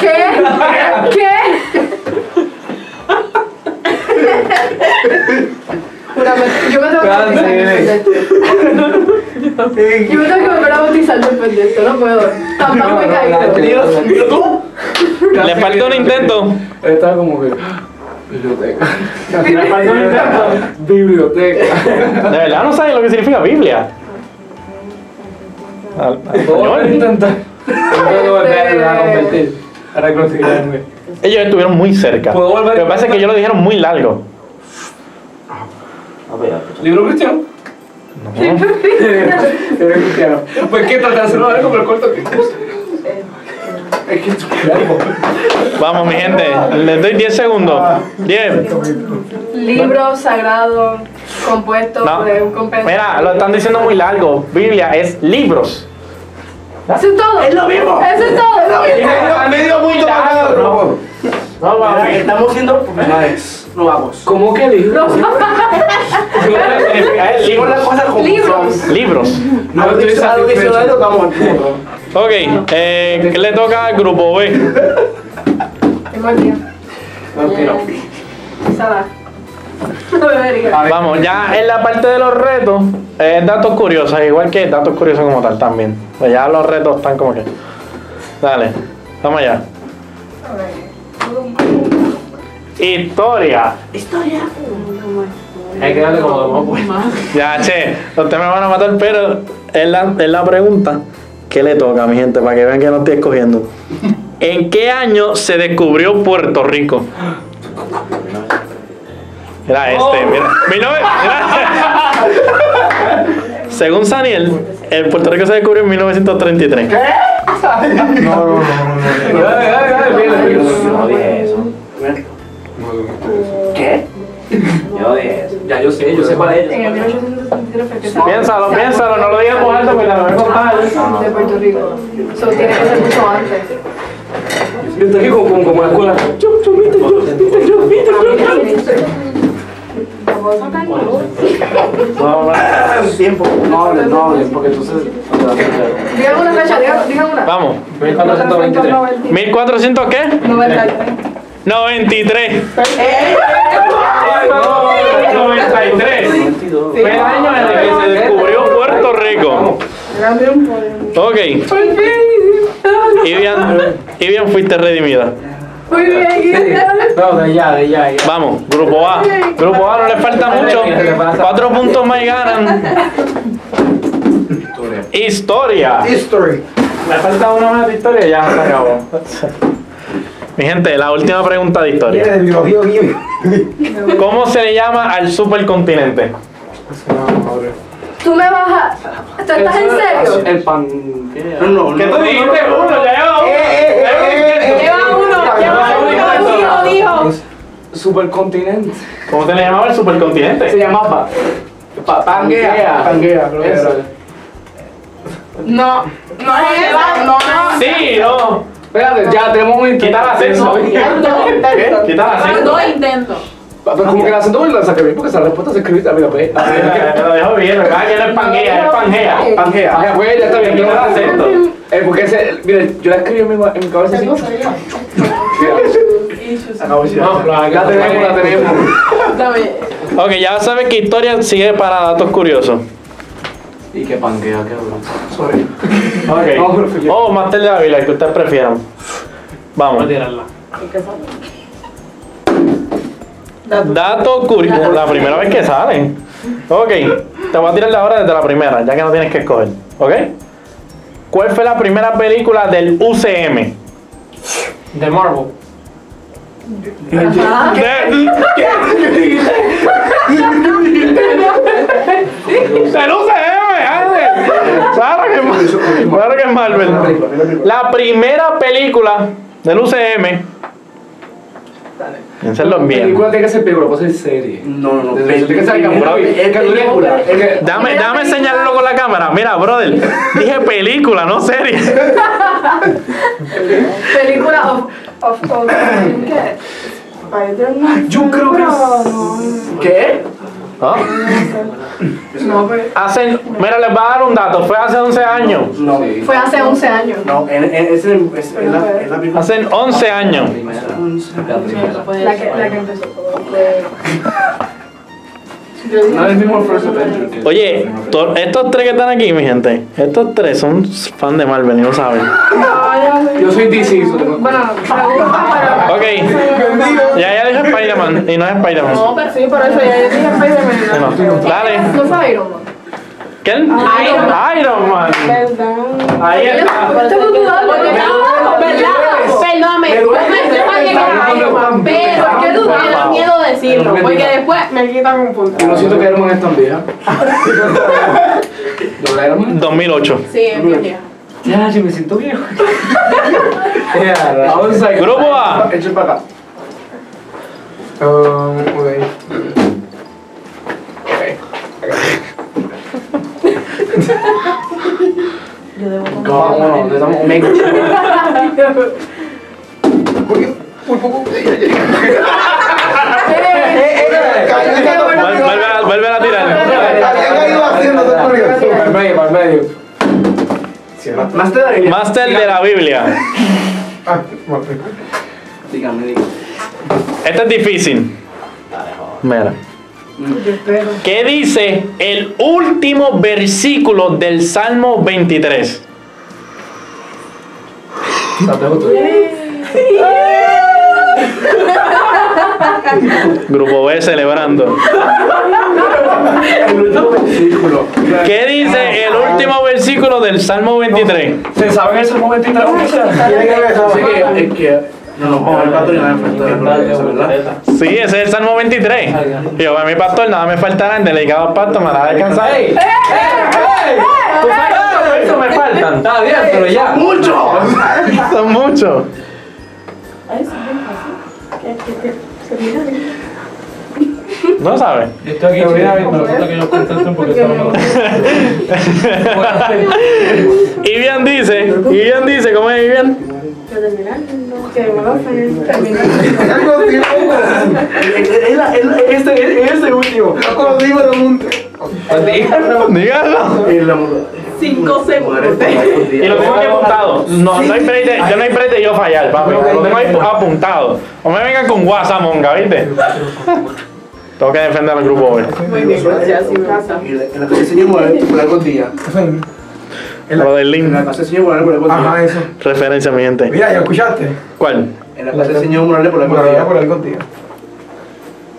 ¿Qué? ¿Qué? Juramente, Yo me tengo que bautizar después de esto. Yo me tengo que volver a bautizar después de esto, no puedo. Tampoco me he caído.
Dios, mira tú.
Le falta un intento.
Estaba como que. "Ah, Biblioteca. Le falta un intento. Biblioteca.
De verdad no saben lo que significa Biblia. Al- al
Voy a
español.
intentar. Puedo volver a
Este,
convertir. A reconciliarme.
Ellos estuvieron muy cerca.
¿Puedo volver?
Lo que pasa es que ellos lo dijeron muy largo.
Ah, pues ya, pues,
¿Libro cristiano? Libro cristiano. Pues que traté de hacerlo algo, pero corto que. Es que
Vamos, mi gente. Les doy 10 segundos. 10.
Libro sagrado compuesto
No.
de un compendio.
Mira, lo están diciendo muy largo. Biblia es libros.
Eso es todo. Es lo mismo. Eso es todo. Es lo
Medio muy largo. No, papi.
Estamos siendo profesionales. Lo vamos.
¿Cómo que libro?
Significa es
Digo las
libros.
cosas como
Libros.
son.
Libros.
No lo estoy
satisfecho.
diccionario, estamos al punto.
Ok, eh, ¿qué le toca al grupo B?
Tengo aquí. Sala. [LAUGHS] No bebería.
Vamos, ya en la parte de los retos, eh, datos curiosos, igual que datos curiosos como tal también. Pues ya los retos están como que. Dale, vamos allá. Historia.
Hay que darle como dos más vueltas.
Ya, che, ustedes me van a matar, pero es la, es la pregunta que le toca, mi gente, para que vean que no estoy escogiendo. ¿En qué año se descubrió Puerto Rico? Mira este, mira. Mi nove- mira. Según Saniel, el Puerto Rico se descubrió en 1933.
No, no, no, no, no.
Dale, dale, dale, mira, mira.
Yo no dije eso.
¿Qué?
Yo no dije eso.
Ya yo sé, yo sé para
En el
ellos.
1863 fue que se-
Piénsalo, piénsalo, no lo digas por alto, porque la voy a contar.
de Puerto Rico. So, tiene que ser mucho antes.
Yo estoy aquí como, como, como la escuela. Chup, chup, viste, chup, viste, chup, viste, chup.
No, no.
Tiempo. No hablen, no hablen, porque entonces.
Digan una fecha, digan, digan una.
Vamos.
Me están haciendo 23.
1400 qué?
93.
93.
¡Eh!
93. Fue el año en el que se descubrió Puerto Rico.
Grande un poder.
Ok. Ivian, Ivian fuiste redimida.
Muy bien,
No, de allá, de allá. ya.
Vamos, grupo A. Grupo A no le falta mucho. Cuatro puntos más y ganan. Historia.
History.
Me falta una más de historia y ya se acabó. Mi gente, la última pregunta de historia.
Viene de biología o química.
¿Cómo se le llama al supercontinente?
Tú me vas a. ¿Tú estás en serio?
El pan. No, no,
¿Qué tú dijiste? Uno, ya lleva
eh,
uno.
Lleva uno, lleva uno, dijo, dijo.
Supercontinente.
¿Cómo se le llamaba el
Se
supercontinente?
llamaba. Pa- Pangea. Pangea, creo que
Eso.
era.
No, no es esa, no, no.
Sí, no.
Espérate, ya tenemos un intento.
Quita el acento.
¿Qué?
Quita el
Ah,
Van
acento.
Dos intentos.
Pa- Pero como que el acento me lo saqué bien porque esa respuesta se escribió también. Pues.
Te lo dejo bien, ¿verdad? Ya no es panguea, es pangea.
Pangea. Pangea, pues ya está bien.
Quita el
claro.
acento.
Eh, porque ese, mire, yo la escribí en mi, en mi cabeza así.
No, lo
La
hagas.
tenemos, la tenemos.
Dame.
Ok, ya sabes que historia sigue para datos curiosos.
Y que panguea, qué duro.
Ok. Oh, Master de Ávila, el que ustedes prefieran. Vamos. Dato curioso. La primera vez que salen. Ok. Te voy a tirar la hora desde la primera, ya que no tienes que escoger. ¿Ok? ¿Cuál fue la primera película del UCM?
De Marvel.
¿Qué? ¡Del UCM! Ángel. Claro que es Marvel. Claro que es Marvel. La primera película del UCM. Piénsenlo bien.
Película tiene que ser película, puede ser serie.
No, no, no.
Tiene que ser
película.
película. Es que- [LAUGHS]
Dame,
Mira,
dame
película.
señalarlo con la cámara. Mira, brother, dije película, no serie.
Película of. of. of. ¿Qué?
Spider-Man.
Yo creo que
es.
¿Qué?
¿Ah?
No, pero.
Hace, mira, les voy a dar un dato. Fue hace 11 años.
No,
Fue hace 11 años.
no, en- en- es en- es en la es la primera.
Hace 11 años.
La primera.
La que, la que empezó todo. De-
No es el mismo First Avenger. que-
Oye, to- estos tres que están aquí, mi gente, estos tres son fan de Marvel y no saben.
Yo soy DC, eso tengo-
Bueno, pregunta para.
Ok, ya, ya dije Spider-Man y no es Spider-Man.
No, pero sí, por eso ya yo dije Spider-Man.
No, no. Dale.
¿No fue Iron Man?
¿Qué? Iron Man.
Perdón.
Ahí está.
Estoy dudando.
Porque no, ¿verdad? Perdóname.
Me duele.
No me sepa que era Iron Man, pero es que tú me da miedo decirlo.
Me
Porque
tira.
después me quitan un punto.
Yo no siento que Iron es tan
[LAUGHS]
vieja. ¿Doble Iron Man?
2008.
Sí, es bien viejo.
Ya, yo me siento viejo.
Ah, La onza y-
Grupo A.
Echen para acá.
Um, ok.
No, no, le damos un make.
Por poco.
Eh, eh,
Vuel- Vuelve a, vuelve a tirar.
Había caído haciendo dos
Para medio, para medio.
Más te daré.
Master de la Biblia.
Ah,
Dígame, dígame.
Este es difícil. Mira. ¿Qué dice el último versículo del Salmo 23? Grupo B celebrando.
El último versículo.
¿Qué dice el último versículo del Salmo 23?
¿Se saben esos momentos Sí, que- es que.
No, no, vamos a ver para terminar enfrente de la cabeza, ¿verdad?
Sí, ese es el Salmo 23. Y Yo, a mi pastor, nada me faltará en delicado al pasto, me hará descansar.
¿Tú sabes cuántos versos me faltan? Está bien, pero ya.
¡Mucho!
Son muchos. No sabes.
Yo estoy aquí chillando, pero siento que ellos contesten porque estamos...
Ivian dice, Ivian dice, ¿cómo es Ivian?
Es- es la- es la- Este es este último.
Dígalo.
El amor.
Cinco segundos.
Y lo tengo aquí apuntado. No, no hay break de, yo no hay break de yo fallar, papi. Lo tengo ahí apuntado. O me vengan con WhatsApp, monga, ¿viste? Tengo que defender al grupo hoy.
Muy bien, gracias. sí, gracias.
En la- en la clase de señor Morales por algo día.
Lo del
En la
link.
clase de señor Morales por algo
Ajá,
día.
eso.
Referencia, mi gente.
Mira, ¿ya escuchaste?
¿Cuál?
En la clase de señor Morales por algo
Bueno, voy a
día.
por ahí contigo.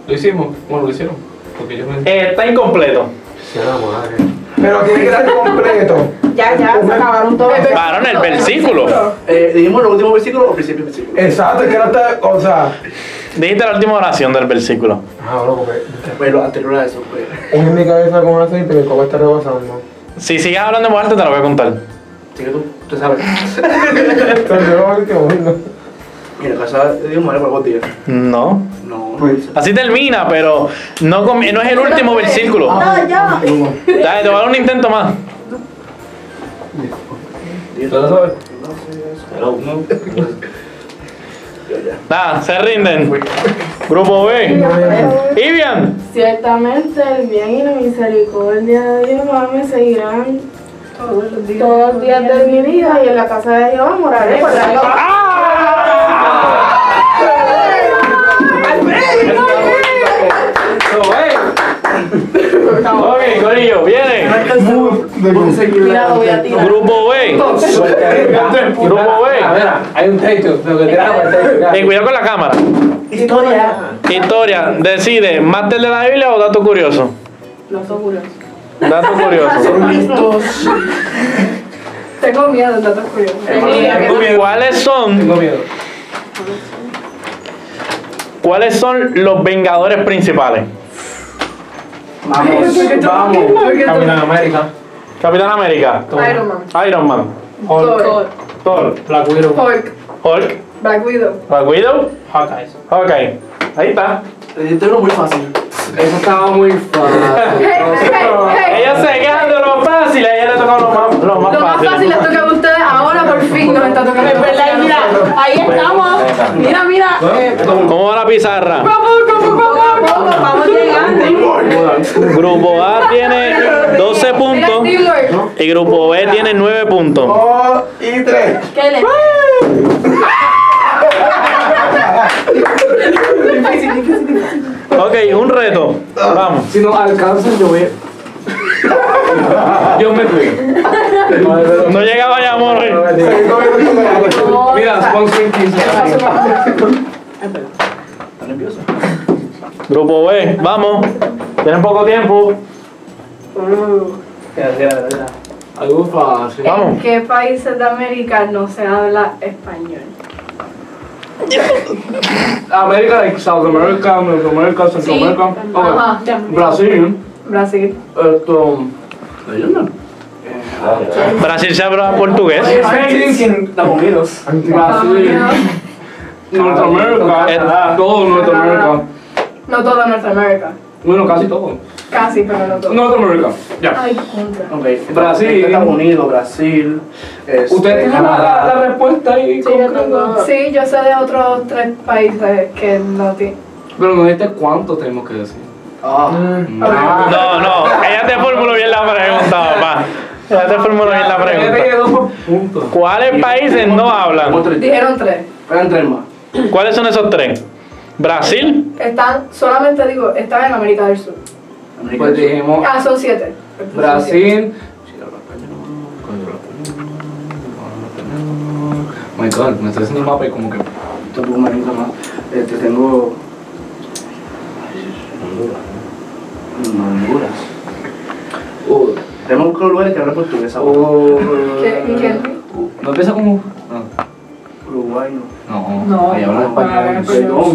Lo hicimos, bueno, lo hicieron. Porque yo me.
Eh, está incompleto.
eh.
Pero tiene que estar completo.
Ya, ya, se acabaron todos.
Pararon el versículo.
Eh, ¿Dijimos los últimos versículos o principio del versículo?
Exacto, es que no está. O sea.
Dijiste la última oración del versículo.
Ah, loco, pues.
Pues lo anterior a eso, pues.
Es en mi cabeza con aceite, mi copa está rebasando.
Si sigues hablando en voz alta, te lo voy a contar.
Así que tú, tú sabes.
Entonces, yo lo último, ¿no?
En la clase de Dios Morales por algo día.
No.
No.
Así termina, pero no, com- no es el último versículo.
No, ya.
Dale, te voy a dar un intento más.
¿Tú lo sabes?
Nada, se rinden. Grupo B. Ibian.
Ciertamente el bien y la misericordia de Jehová me seguirán
Todos los días.
todos los días de mi vida y en la casa de Jehová moraré para siempre.
¡Ah! Ok, Corillo, viene.
Mira, voy a tirar.
Grupo B. Grupo
A
B.
ver, Ah, hay un techo, lo que tiramos el techo. ya.
Y cuidado con la cámara.
Historia.
Historia, decide, ¿máster de la Biblia o dato curioso?
No son curiosos.
Dato curioso.
Tengo miedo de datos curiosos.
¿Cuáles son,
Tengo miedo.
¿Cuáles son los vengadores principales?
Vamos, vamos.
Capitán América.
Capitán América,
Iron Man.
Iron Man,
Thor.
Thor,
Black Widow.
Hulk.
Hulk,
Black Widow.
Black Widow.
Hawkeye.
Ok, ahí está.
Eh, Esto es muy fácil.
Eso estaba muy fácil.
Hey, hey, hey.
Ella se queja de lo fácil, a ella le toca lo más, lo más
Lo más
fácil.
fácil les toca a ustedes, ahora por fin nos está tocando.
Es verdad, y mira, ahí estamos. Mira, mira. eh,
¿Cómo va la pizarra?
Poco a poco, a poco, vamos llegando.
Grupo A tiene 12
Mira,
puntos
Steve Lord.
y Grupo B tiene 9 puntos.
Dos y tres.
¿Qué le?
Ok, un reto. Vamos.
Si no alcanzan, yo voy. Yo me fui.
No llegaba ya, amor.
Cinco minutos para la
Mira, sponsoring 15 años.
¿Estás nerviosa?
Grupo B, vamos. Tienen poco tiempo.
Algo fácil.
Vamos.
¿En qué países de América no se habla español?
América, like South America, North America, Central
Sí.
America. Ok.
Ajá.
Brasil.
Brasil.
Esto.
Brasil se habla portugués.
Estamos unidos.
Ah,
Brasil. Norteamérica.
Canadá.
Todo Norteamérica.
Ah, No todo Norteamérica.
Bueno, casi todo.
Casi, pero no todo.
Norteamérica. Ya.
Ay, contra.
Ok,
Brasil.
Estados Unidos, Brasil. este,
Usted tiene la, la- la respuesta ahí.
Sí, yo
concreta?
tengo.
Sí, yo sé de otros tres países que no tienen.
Pero no dijiste cuánto tenemos que decir.
Ah,
No, no. Ella te formuló bien la pregunta, papá. Ella te formuló bien la
Te
pregunta.
quedó por puntos.
¿Cuáles países no hablan?
tenemos tres.
Dijeron tres.
Eran tres más.
¿Cuáles son esos tres? Brasil,
Están, solamente digo, están en América del Sur.
América
Pues
del Sur.
dijimos
Ah, son siete.
Brasil.
Sí, habla español.
Oh My God, me está haciendo un mapa y como que.
Esto es un manito más. Este, tengo. Honduras. Uh, tenemos que lugares que hablan portugués. ¿sabes?
¿Qué- quién?
Uh,
¿No empieza como.? Ah.
Uruguay no.
No.
No,
Ahí hablan
no,
español.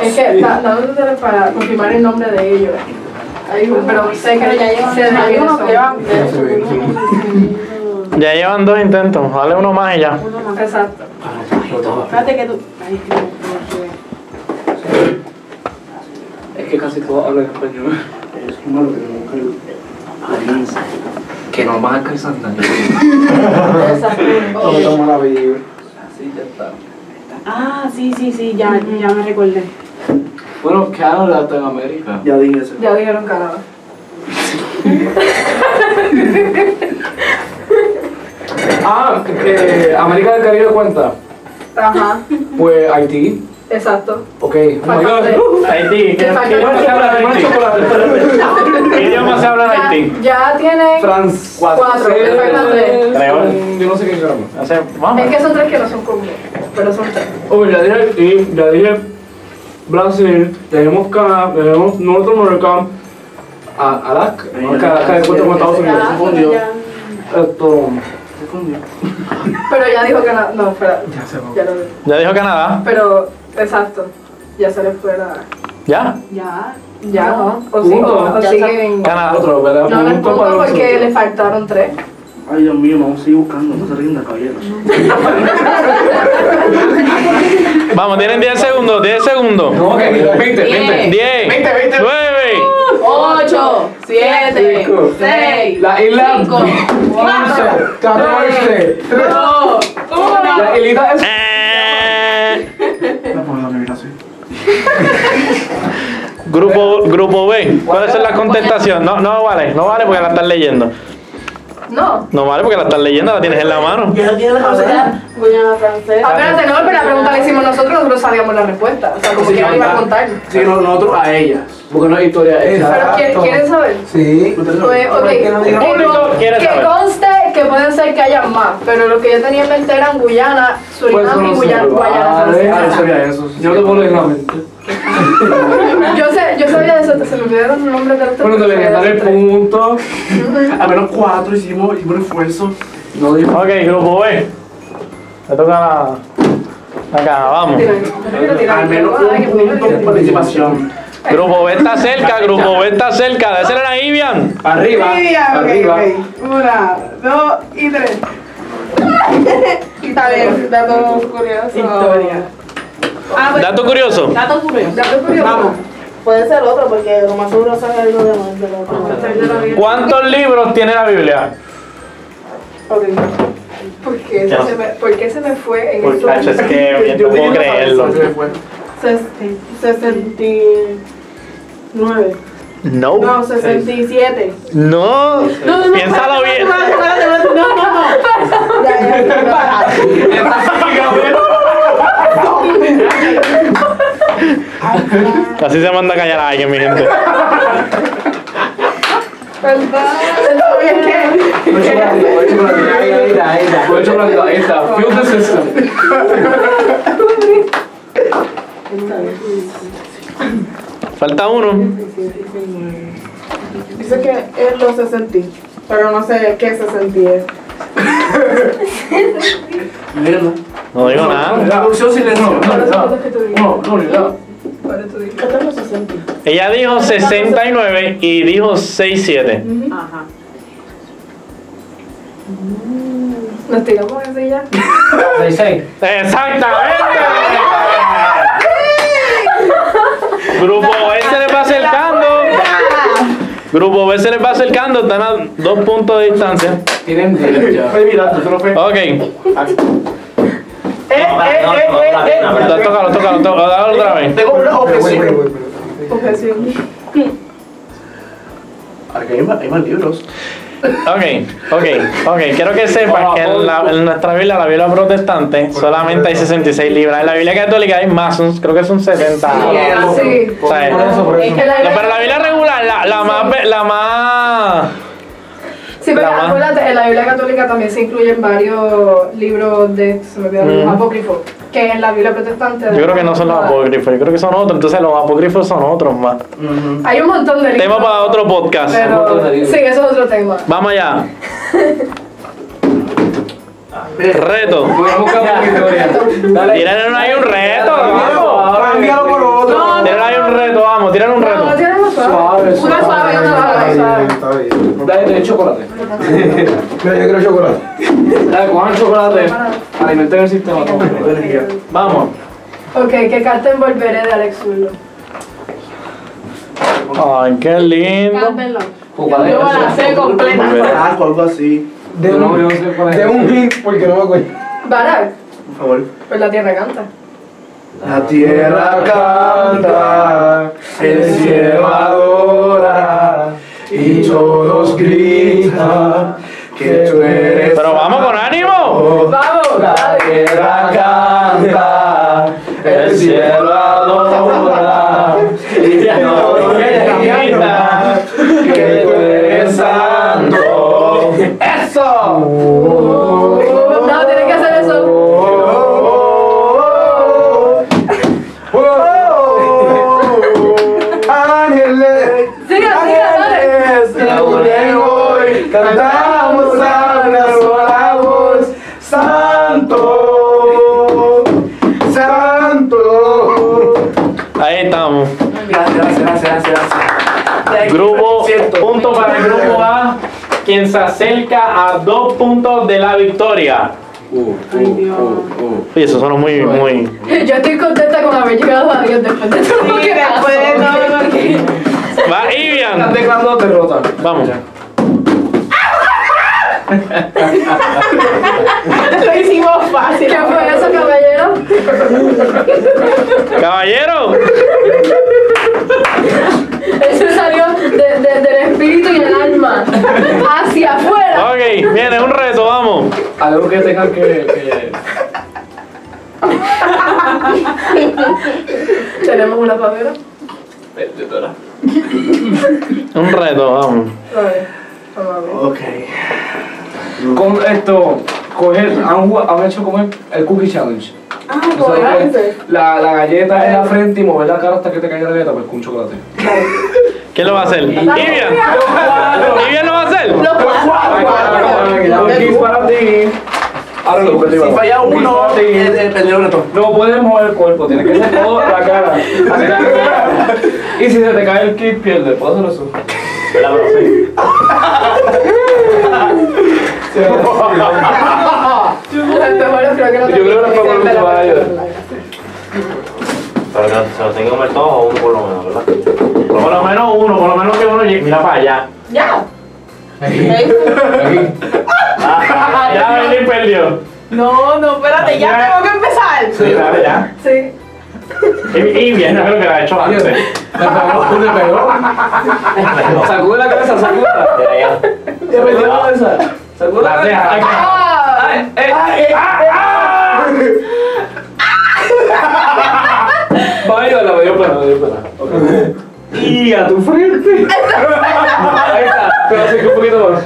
Es que, da- dame un teléfono para confirmar el nombre de ellos. Hay uno, pero sé que ya llevan sé de
Hay
quiénes
uno
son.
que va.
ya llevan dos intentos. Dale uno más y ya.
Exacto.
Espérate que tú. Ay, qué horror.
Es que casi todos hablan español.
Es que malo que no creo. Alianza.
Que no van a alcanzar nadie.
Todo está maravilloso.
Así ya está.
Ah, sí, sí, sí, ya, ya me recordé.
Bueno, Canadá está en América.
Ya dije eso.
Ya dijeron Canadá.
Ah, eh, América del Caribe cuenta.
Ajá,
Pues Haití.
exacto.
Ok. Oh my
Falta
God.
Haití, ¿qué,
Te falta
qué idioma se habla en
Más
Haití?
chocolate.
¿Qué idioma se habla en
Ya,
Haití?
ya tienen.
Trans.
Cuatro, le faltan tres.
Creole.
Yo no sé qué es gramo.
O sea, vamos.
Es que son tres que no son comunes, pero son tres.
Oh, ya dije Haití, ya dije Brasil, tenemos Canadá, tenemos Norteamérica,
A- Alaska. No, es que Alaska es cuenta con Estados Unidos.
Ah,
confundió.
ya.
Esto.
Pero ya dijo que no. No, espera. Ya se va. lo vi.
Ya dijo Canadá.
Pero, exacto. Ya se le fue la.
¿Ya?
Ya.
Ya.
No.
O, sí,
Punto.
o, o
Ya
siguen.
Canadá.
Otro, ¿verdad?
No les
Punto para
punto
los
porque
otros.
le faltaron
[LAUGHS]
tres.
Ay, Dios mío, vamos a seguir buscando, no se rinda, caballero.
Vamos, tienen 10 segundos, 10 segundos.
No, ok, 20, 20.
10, 9,
8, 7,
Cinco.
6,
La isla.
5, 4,
15, 14,
este.
13.
2, 1.
La isla es.
eh,
No puedo dormir así.
grupo, grupo B. ¿Cuáles son las contestaciones? No, no vale, no vale porque la estás leyendo.
No.
No vale porque la estás leyendo, la tienes en la mano.
Ya no tiene la cabeza. Guyana francesa.
Espérate, no, pero la pregunta que hicimos nosotros, nosotros sabíamos la respuesta. O sea, como
Sí,
que iba a
¿verdad?
contar.
Sí, no, nosotros a ellas.
Porque no hay historia
Pero
esa.
¿quién- ¿quieren saber?
Sí.
Ustedes
Pues,
saben.
ok,
que no
que,
digan-
Público quiere
que
saber.
conste que pueden ser que haya más, pero lo que yo tenía en mente eran Guyana,
Pues
Surinam
no
y
sé.
Guyana, Guayana
eh,
Ah,
Francesa.
yo sabía eso. Yo te puedo decir la mente.
[LAUGHS] Yo, sé, yo sabía de eso, se me olvidaron los nombres de los
Bueno, te voy a dar el punto.
A menos cuatro hicimos, hicimos un esfuerzo.
No digo.
Ok, grupo B. Le toca la. la cara, vamos.
Al menos un punto de participación.
Grupo B está cerca, grupo B está cerca. Dásela a Ivian.
Arriba.
Sí, ya, ok,
arriba.
ok. Una, dos y tres. [LAUGHS] Está bien, dato curioso. Historia. Ah, pues,
Dato curioso.
dato curioso.
Vamos.
Puede ser otro porque lo más seguro sabe algo de más del otro.
¿Cuántos libros tiene la Biblia?
Ok. ¿Por qué,
Ya.
se me, ¿Por qué se me fue en
Porque
eso?
cacho, es que no puedo creerlo.
Sesenta- 69.
No.
No, 67.
No.
No, no, no.
Piénsalo bien.
No, no, no. no. Ya, ya, ya, ya.
Así se manda a callar a alguien, mi gente.
[LAUGHS]
Está bien, ¿qué?
Fue chocolate, ahí está. Feel the system.
Falta uno.
Dice que es los 60, pero no sé qué 60 es.
Mierda.
No Ah, digo nada.
Producción silencio. No,
¿Cuáles son
no,
los que tú dijiste?
no, no, no.
¿Cuáles tú dijiste?
¿Qué es los 60?
Ella dijo 69 y dijo 67.
Ajá.
Nos tiramos así ya.
Exactamente. Grupo B se les va acercando. Grupo B se les va acercando. Están a dos puntos de distancia.
Tienen derecho.
Ok. Lo toca, lo toca, lo toca. Dale otra vez.
Tengo una
Oh,
objeción.
Objeción.
Aquí hay más, hay más libros.
Ok, ok, ok. Quiero que sepas
Ah,
que en,
oh,
la- en nuestra Biblia, la Biblia protestante, solamente hay 66 libras. En la Biblia católica hay más, son- creo que son 70.
Ah, sí.
O sea,
Por eso, por
Es
eso.
que la
no, pero la Biblia regular, la, la más. ve- La más
Sí, pero
La más-
acuérdate, en la Biblia católica también se incluyen varios libros de, se me olvidaron,
Mm.
los apócrifos, que en la Biblia protestante...
yo creo que no son los apócrifos, yo creo que son otros. Entonces, los apócrifos son otros más.
Hay un montón de libros.
Tema para otro podcast.
Pero, sí, eso es otro tema.
Vamos allá. Reto.
Voy a buscar una historia. Dale.
Tírenle ahí un reto, vamos.
Cámbialo por otro.
Tírenle ahí un reto, vamos, tírenle un
No,
reto.
tiene más
Suave,
suave. Una suave,
suave,
una suave, suave.
Dale, ten chocolate.
Mira, yo quiero chocolate.
Dale, cojan chocolate. Alimenten el sistema. toma.
Vamos.
Ok, ¿qué carta envolveré de Alex Zurlo?
Ay, qué lindo.
Cántenlo.
Pupa de
Yo voy a
eso.
hacer completa.
Un frasco, algo así.
De
Yo no, yo no
un,
sé cuál es.
de un hit, porque no me acuerdo.
Barak,
Por favor.
pues la tierra canta.
La tierra canta, el cielo adora.
Y todos grita que tú eres
Pero vamos con ánimo.
¡Vamos!
la tierra canta, el cielo adora y todo grita que tú eres santo. ¡Eso!
No, tienes que hacer eso.
Ángeles,
Siga, siga, dale.
ángeles, la unen hoy, cantamos a una sola voz, santo, santo.
Ahí estamos.
Gracias, gracias, gracias, gracias.
Grupo, punto para el grupo A, quien se acerca a dos puntos de la victoria. Uh,
Ay, Dios.
Oye, eso suena muy, muy.
Yo estoy contenta con haber llegado a Dios después de todo lo
Sí,
que pasó.
después de todo lo que-
Va,
Estás
Ivian.
declarando derrota.
Vamos.
Lo hicimos fácil.
¿Qué fue eso, caballero?
Caballero.
Eso salió de- de- del espíritu y el alma hacia afuera.
Ok, viene un reto, vamos.
Algo que tengan que. que-
Tenemos una papera.
Un reto, vamos.
Vale, vamos a ver.
Ok. Con esto, coger, han, jugado- han hecho comer el Cookie Challenge.
Ah,
O sea,
bueno.
que la, la galleta
Eh.
en la frente y mover la cara hasta que te caiga la galleta, pues con chocolate.
¿Quién lo va a hacer? Ivian. Ivian lo va a hacer.
Ah,
Cookies para ti. Ahora lo que
Si falla uno, el, el perdedor le toca.
No puedes mover el cuerpo, tiene que ser toda la
[LAUGHS]
cara. y si se te cae el kit, pierdes. ¿Puedo hacer eso?
Los espejuelos creo que no
Yo creo que los espejuelos
existen,
no
pero-
ayudan.
Pero que se lo tenga muerto o uno por lo menos, ¿verdad?
Por lo menos uno, por lo menos que uno llegue. Mira para
[LAUGHS]
allá.
Ya.
Ya Belín perdió.
No, no, espérate, ya tengo que empezar.
Sí, dale ya.
Sí.
Ivian, yo creo que la ha hecho antes. [LAUGHS]
Sacude la cabeza, sacude.
Mira ya.
Ya me la cabeza. Sacude la
La ceja.
cabeza.
Ah,
Ay, eh, ay, eh, ah, ah. Vaya, la medio plana, medio plana. Ok. Y a tu frente. Ahí está, pero así que un poquito más.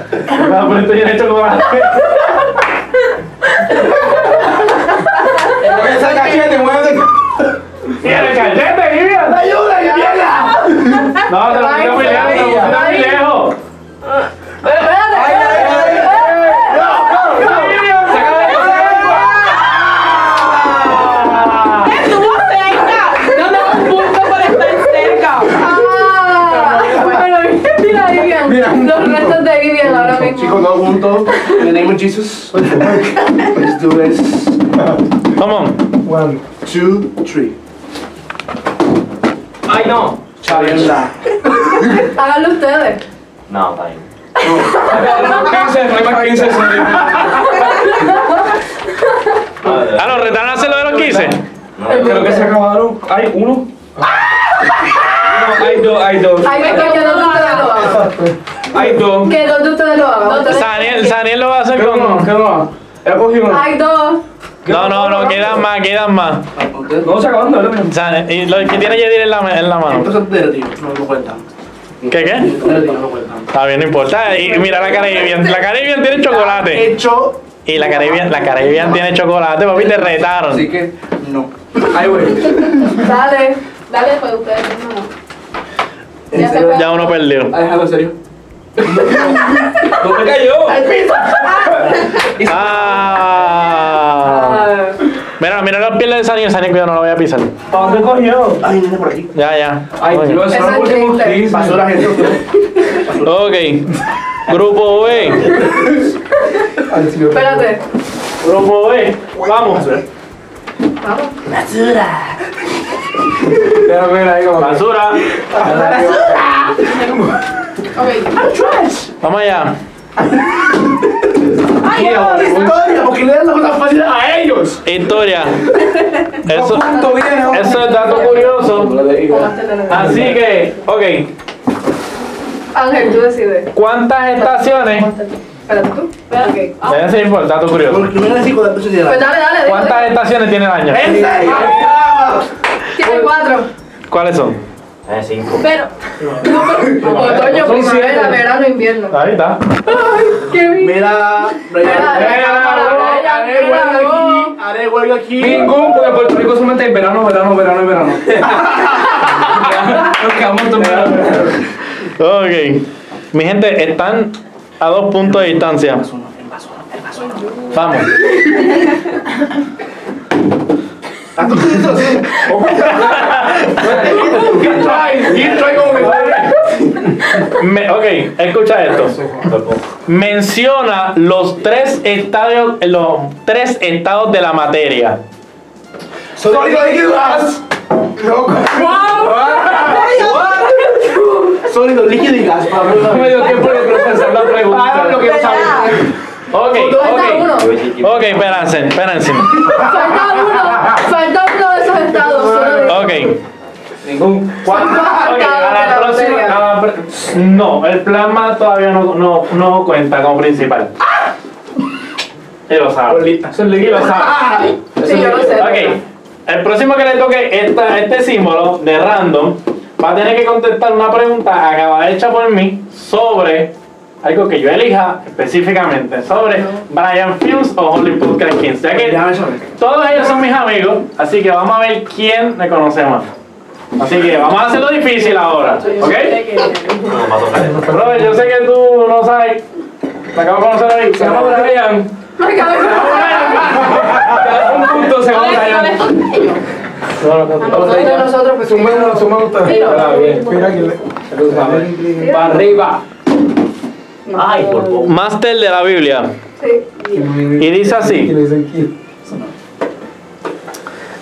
La frente llena de chocolate.
¡Esa cachete, muévete!
¡Tiene cachete, Ivian!
¡Ayuda, mierda!
No, te lo
Ay,
está muy lejos, te lo está muy
ay.
lejos.
espérate, espérate, espérate.
Ivian, saca la cabeza.
Ah,
Ah.
Estuvo cerca. No me das punto por estar cerca.
Ah, bueno, mira a Vivian. Los restos de Vivian ahora mismo.
Chicos, todos
[LAUGHS]
juntos. En el nombre de Jesús. Let's do this.
Come on.
One, two, three.
Ay, no. Challenge.
Háganlo ustedes.
No, está bien.
15, no hay más 15 segundos.
Ah,
Ah, no, retaron a hacerlo de los 15.
no.
Creo que se acabaron. Hay uno. No, hay dos, hay dos.
Hay que que dos de ustedes lo hagan.
Hay dos.
Que dos de ustedes lo hagan.
Saniel, Saniel lo va a hacer
Creo
con.
que no, creo que no. Ya cogí uno.
Hay dos.
No, no, no, quedan más, quedan más.
No, se acabaron, ¿verdad?
O sea, y lo que tiene Yedir en la, ma- en la mano.
Entonces, te retiro. No, no cuenta.
¿Qué qué?
Te retiro, no cuenta.
Está bien, no importa. Y mira la Caribbean. La Caribbean tiene chocolate.
Hecho.
Y la Caribbean, la Caribbean tiene chocolate, papi, te
Así
retaron.
que, no.
Ahí voy.
Dale.
Dale, pues ustedes mismos. Ya se fue.
Ya uno perdió.
Ah, déjalo en serio.
¿Dónde cayó?
Ah.
Ah,
Mira, mira las piernas de Saniel, Saniel, cuidado, no lo voy a pisar.
¿Para dónde cogió?
Ay, viene por aquí.
Ya, ya.
Ay, Dios,
Eso
son los
es
últimos
triste.
15.
Pasó la gente.
Ok. Grupo B.
espérate.
Grupo B. Vamos.
Vamos.
Déjame ver ahí como.
Basura.
Ok.
Vamos allá.
Ay, no,
¡Historia! Porque le dan las cosas fáciles a ellos.
Historia. Eso,
Punto bien,
eso es dato curioso.
Como la de Iga.
Tomaste la-
Así que, ok.
Ángel, tú decides.
¿Cuántas estaciones?
Espérate tú. Ok.
Deben ser por dato curioso.
No me das cinco de de
Pues
la.
dale, dale. dilo,
¿Cuántas estaciones tiene el año?
¡En serio!
dilo. Tiene cuatro.
¿Cuáles son?
Eh, cinco.
Pero. Otoño, primavera, verano, invierno.
Ahí está.
¡Qué bien!
Mira, Brian,
Brian, Brian.
haré huelga aquí.
Ningún, porque en Puerto Rico solamente hay verano, verano, verano y [LAUGHS] verano. Nos quedamos en verano.
Ok. Mi gente, están a dos puntos de distancia. Vamos. Me- ok, escucha esto. Menciona los tres estadios, los tres estados de la materia.
Sólido líquido gas. Loco. What? Sólido líquido y gas, Pablo.
Me dio tiempo de procesar la pregunta.
Ah, lo que no
Ok,
Falta uno.
Yo voy a decir que-
ok, espérense, espérense.
Falta uno. Falta uno de esos estados. Solo de-
Ok.
Ningún.
Son más
Ok, a
estados que la
la próxima.
materia.
a la pr- no, el plasma todavía no, no, no cuenta como principal. Y lo sabe. ¡Ah! Y lo sabe.
Sí, yo lo sé.
Ok, el próximo que le toque esta- este símbolo de random va a tener que contestar una pregunta acabada hecha por mí sobre algo que yo elija específicamente, sobre Brian Films o Hollywood Podcast 15. Ya que
Déjame saber.
todos ellos son mis amigos, así que vamos a ver quién me conoce más. Así que vamos a hacerlo difícil ahora, ¿ok?
No, más o menos.
Robert, yo sé que tú no sabes, me acabo de conocer hoy, se llama Brian. [LAUGHS]
Me acabo de
Un punto se va a
Ahora,
ir.
Nosotros, nosotros, pues.
Sumando, sumando ustedes.
Ahora bien.
Mira que le.
Para arriba.
Ay, por poco.
Máster de la Biblia.
Sí.
Y dice
Y
así,
le dicen que.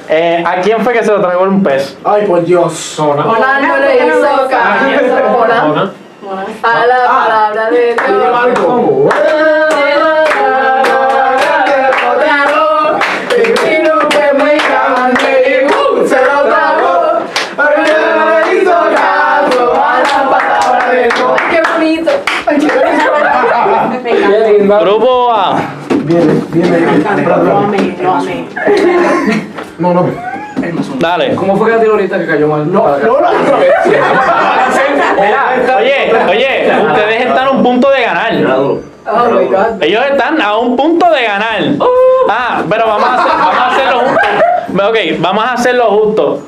eh, ¿a quién fue que se lo tragó un pez?
Ay, por Dios.
Orlando le hizo caso Hola. a la palabra de Dios.
Marco.
Ay, qué bonito. Ay, qué bonito.
Qué linda.
Grupo A.
Viene, viene.
Lo amé, lo amé.
No, no.
Dale.
¿Cómo fue que la tiró ahorita que cayó mal? No, no, no.
Mira, oye, oye, ustedes están a un punto de ganar.
Oh my god.
Ellos están a un punto de ganar. Ah, pero vamos a, hacer- vamos a hacerlo justo. Ok, vamos a hacerlo justo.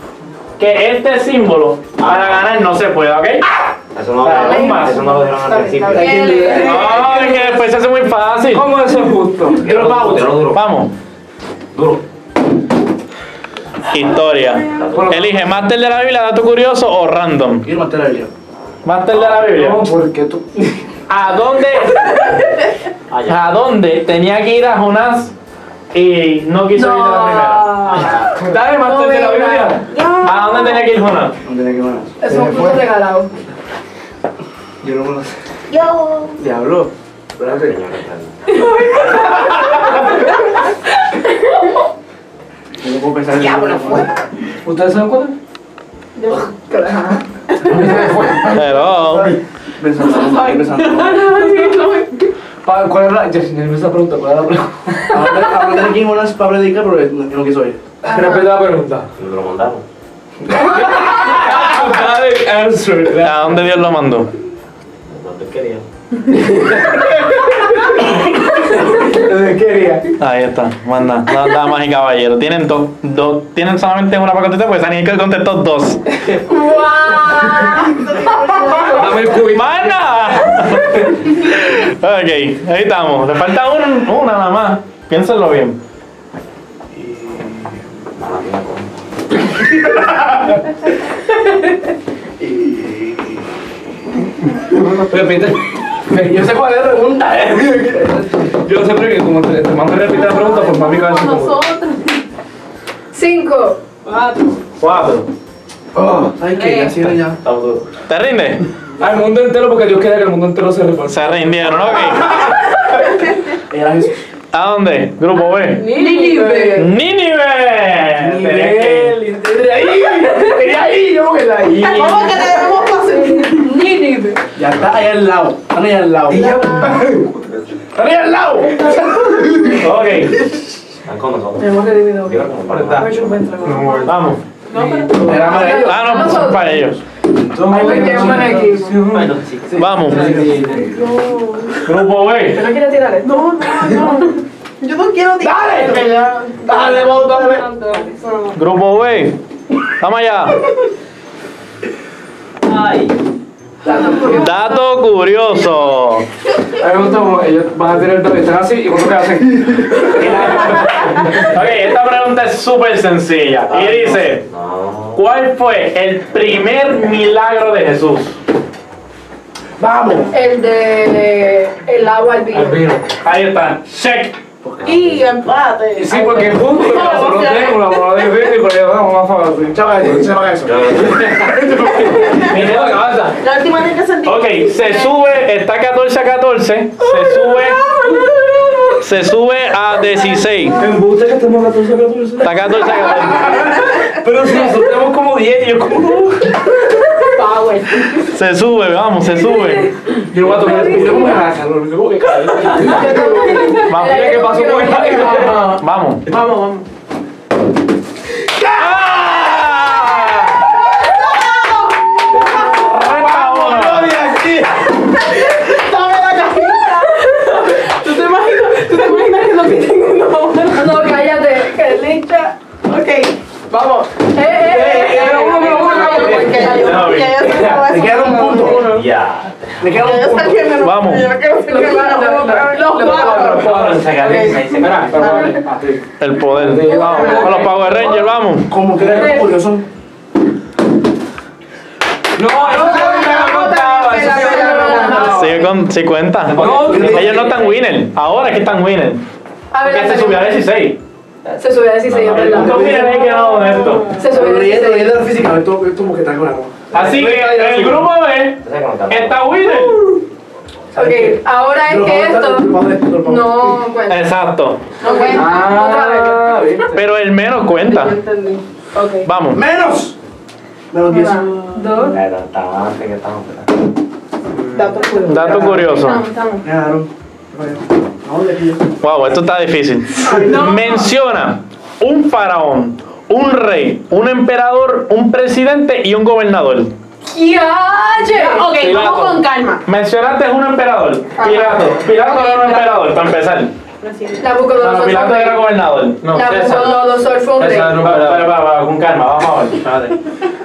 Que este símbolo para ganar no se puede, ¿ok?
Eso no,
Dale,
eso
más.
no lo dieron al principio.
No, es que después se hace muy fácil.
¿Cómo eso es justo?
Tíralo duro, tíralo duro.
Vamos.
Duro.
Historia. Elige máster de la Biblia, dato curioso o random.
Quiero matar a Leo.
Máster de la Biblia.
No, porque tú.
¿A dónde? ¿A dónde tenía que ir a Jonás y no quiso ir a la primera?
Dale, Martín de la Biblia.
¿A dónde tenía que ir Jonás?
No tenía que matar.
Es un puto regalado.
Yo no me lo sé.
Yo.
Diablo. Espérate. Yo no puedo pensar en Diablo fue.
¿Ustedes se dan cuenta?
Hello.
Pensando, [LAUGHS] estoy pensando.
Pa- ¿Cuál es la.? Ya, ya me está preguntando, ¿cuál es la pregunta?
Ahora ahora tengo que ir a Pablo Dica, pero no no quiso ir.
Repite la pregunta.
Me lo mandaron.
Dale, answer.
¿A dónde Dios lo mandó?
¿Dónde quería?
Quería.
Ahí está, manda, da- damas y caballeros. Tienen dos, dos, tienen solamente una para contestar, pues Saniel contestó dos.
Dame el cubito. [LAUGHS]
¡Mana! ok, ahí estamos. Le falta un- una nada más. Piénsenlo bien.
Repite. [LAUGHS] Yo sé cuál es la pregunta, [LAUGHS] eh. Yo siempre que como te, te mando a repetir la pregunta, pues mami cabeza como.
Cinco.
Cuatro.
Oh, ¿sabes qué? Ya cierra ya.
Estamos duros.
¿Te rinde?
Al Ah, mundo entero, porque Dios quiere que el mundo entero se reparta.
Se rindieron, ok.
Era Jesús.
¿A dónde? Grupo B.
Nínive.
¡Nínive! Tenías que ir. [LAUGHS]
Desde ahí, desde ahí, yo me la ahí.
¿Cómo que te debemos pasar?
Nínive.
Ya está ahí al lado. Están ahí al lado. Están ahí al lado.
Ok,
Están con nosotros.
Tenemos que dividirlo.
Mira cómo para
A ver si encuentro.
[LAUGHS]
No,
vamos.
pero.
Era para ellos.
Ah, no, pues son para ellos.
Ay, pues tenemos un equipo.
Bueno, sí.
Vamos. Grupo B.
¿Tú no quieres tirar esto?
No, no, no. Yo no quiero tirar. Dale. Ya.
Dale, vamos, dale.
No.
Grupo B. Vamos allá. Dato curioso.
A mí me gusta como ellos van a tener el están así y cuando que hacen.
Ok, esta pregunta es súper sencilla. Y dice,
No.
¿cuál fue el primer milagro de Jesús?
Vamos.
El de el agua al vino.
Ahí está. Check.
Y empate.
Sí, porque juntos la
no,
bola
no,
de la bola de verde y por ahí vamos más fácil.
Chava eso, chava eso.
Mira la cabeza.
La última vez que sentí.
Ok, se sube, está 14 a 14. Se sube, se sube a 16.
Me gusta que estemos 14 14.
Está 14 a 14.
Pero si nosotros tenemos como 10, yo como no.
Power.
Se sube, vamos, se sube.
Yo no voy a tocar el yo me raja, lo único que cae.
Vamos.
Mira qué pasó con esta.
Vamos.
Vamos, vamos.
¡Vamos!
¿Tú te imaginas, tú te imaginas que lo que tengo en la boca?
No, cállate, que linda.
Ok, vamos.
Eh, eh, eh,
Pero uno, uno, uno, porque ya yo-
No,
ya yo sé cómo
Te
es.
queda un punto.
Ya.
Te queda
Ya yo
un
sé
punto.
quién me lo-
Vamos.
yo creo que me lo- Los cuatro.
Espera, espera, espera.
El poder. Con los Power Rangers, vamos.
Como que era curioso.
No, eso no me contaba. Eso sí me lo contaba.
Sigue con 50.
No,
Ellos no están winner. Ahora es que están winner.
A ver,
Porque se
se
subió a 16.
Se subió a 16, es
No
verdad.
miren ahí quedado en esto.
Se subió a 16.
Leyendo, leyendo la física, esto esto como que está con agua.
Así que el grupo B está winner.
Ok, ahora es que esto no cuenta.
Exacto.
No cuenta. Otra vez.
Ah, ¿viste?
Pero el menos
Yo
cuenta.
entendí.
Ok.
Vamos.
¡Menos! Menos 10.
Una, dos.
Pero está antes que estamos. espera.
Dato curioso.
Dato curioso.
Estamos, estamos.
Ganaron. Vamos de aquí.
Wow, esto está difícil. Menciona un faraón, un rey, un emperador, un presidente y un gobernador.
¡Quiache!
Ok,
Pilato.
vamos con calma.
Mencionaste un emperador. Pilato. Pilato no era un emperador, para empezar.
La
Bueno,
Bucodonosor.
Pilato era gobernador.
No,
La
César.
Bucodonosor fue un rey.
César era un
Va, va,
emperador.
va, va, con calma, vamos a ver.
Espérate.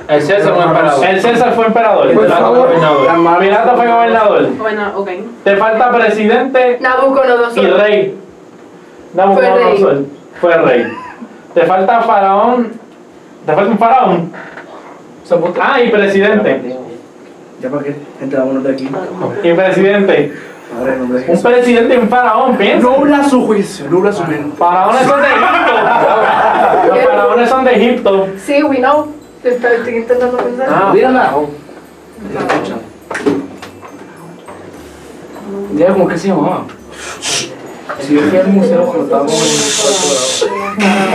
El César era un emperador.
El César fue emperador.
Por
Pilato
favor.
fue gobernador. Pilato fue gobernador.
Bueno, ok.
Te falta presidente y
Nabucodonosor.
rey. Nabucodonosor fue rey. Te falta faraón. Te falta un faraón. Ah, y presidente.
Ya para qué. Gente, vámonos de aquí.
Y presidente.
Padre, en nombre de
Un
Jesús.
presidente y un faraón, piensa.
Nubla su juicio, nubla su mente.
Faraones son de Egipto. Los faraones son de Egipto.
Sí, we know. Te estoy estoy intentando pensar.
Ah,
Mírala.
ya, ¿cómo que se llamaba?
Si yo fui al museo cuando estábamos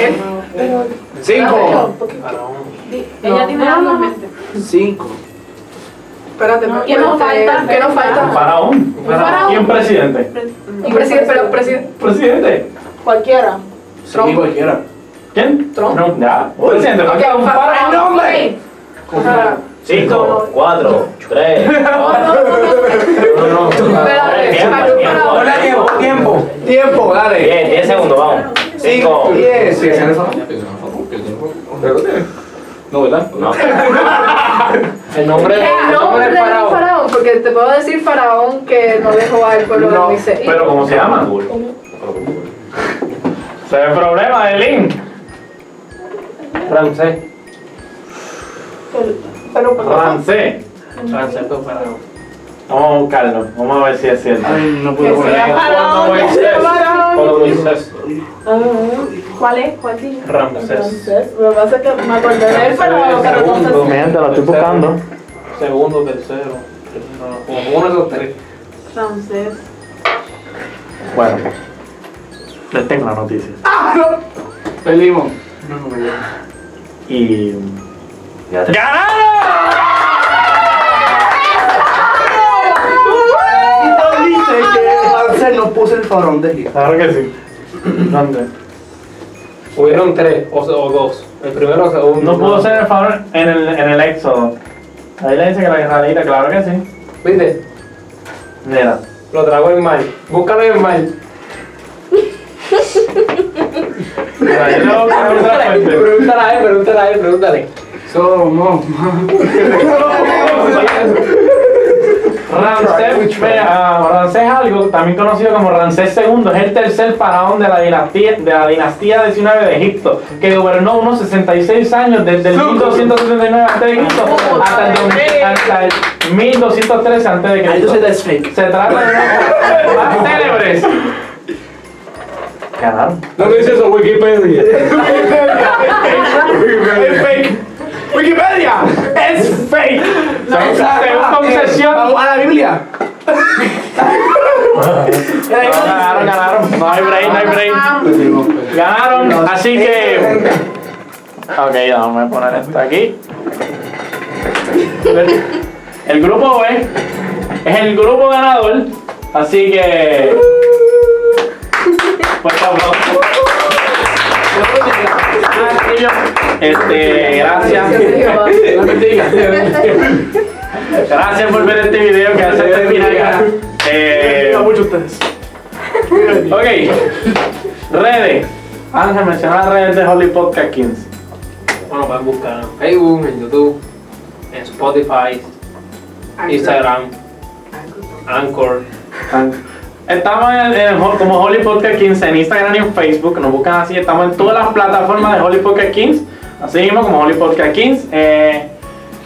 en
Cinco.
Ella tiene algo en mente.
Cinco.
Espérate,
¿Qué nos
espérate,
falta?
¿Qué nos
Un
falta?
faraón.
faraón.
Y un presidente.
Y presidente, pero presidente.
Presidente.
Cualquiera.
Sí, cualquiera.
¿Quién? Trump. Ya. Presidente,
Ok,
falta un
fa-
faraón.
ok. Faraón.
Cinco, cuatro, tres.
No, no.
Espérate,
Tiempo,
falta un
tiempo.
faraón.
Hola,
tiempo, tiempo. Tiempo, dale.
Diez, diez segundos, vamos. Cinco.
Diez. No, ¿verdad?
No.
El nombre
Ya,
el
No, pero
nombre del
era un
faraón.
faraón, porque te puedo decir faraón que no dejó al pueblo de Moisés. ir.
Pero ¿cómo se llama?
Cool.
Se ve el problema de Link.
Francés.
Pero,
Francés.
Francés fue un faraón.
Vamos a buscarlo. Vamos a ver si es cierto.
Ay, no
Que
puedo poner.
sea
Cuando
faraón, que sea
Moisés-
faraón.
cuando Moisés.
Ah, ¿Cuál es? ¿Cuál es?
Ramsés.
Entonces, lo que pasa es que me acordé de él, pero pero no sé si-
Gente, lo estoy buscando.
Segundo, tercero. Como uno de los tres.
Ramsés.
Bueno. Les tengo la noticia.
¡Ah, Perdimos.
Y.
Ya te-
¡Ganaron!
César nos puso el farón de gira.
Claro que sí. [CLEARS THROAT] ¿Dónde?
Hubieron tres o, o dos. El primero o segundo.
No pudo ser el favor en el, en el éxodo. Ahí le dice que la israelita, claro que sí.
¿Viste?
Mira.
Lo trago en mal. Búscalo en mal.
Mira, yo le voy a poner otra parte.
Pregúntale a él, pregúntale a él, pregúntale.
Somos
Ramsés, mira, ah, Ramsés algo, también conocido como Ramsés II, es el tercer faraón de la dinastía, de la dinastía 19 de Egipto, que gobernó unos 66 años desde el 1279 antes de Cristo hasta el, dos- hasta el 1213 antes de
Ah, Entonces
Cristo.
that's fake.
Se trata de uno de los más célebres. Ganaron.
No me dices eso, Wikipedia.
Es fake. Wikipedia es fake. Según concesión.
Ah, Vamos a la Biblia.
Ganaron, ganaron. No hay break,
Ah,
no hay break. Ganaron, así que. Ok, ya vamos a poner esto aquí. El grupo B es el grupo ganador, así que. Pues aplausos. Este, gracias. Gracias por ver este video que hace terminar ya. Eh,
Mucho ustedes.
ok. Redes. Ángel, menciona las redes de Holy Podcast 15.
Bueno, pueden buscar en Facebook, en YouTube, en Spotify, Instagram, Anchor.
Estamos en, en- como Holy Podcast 15 en Instagram y en Facebook. Nos buscan así. Estamos en todas las plataformas de Holy Podcast 15. Así mismo como Holy Podcast 15. Eh,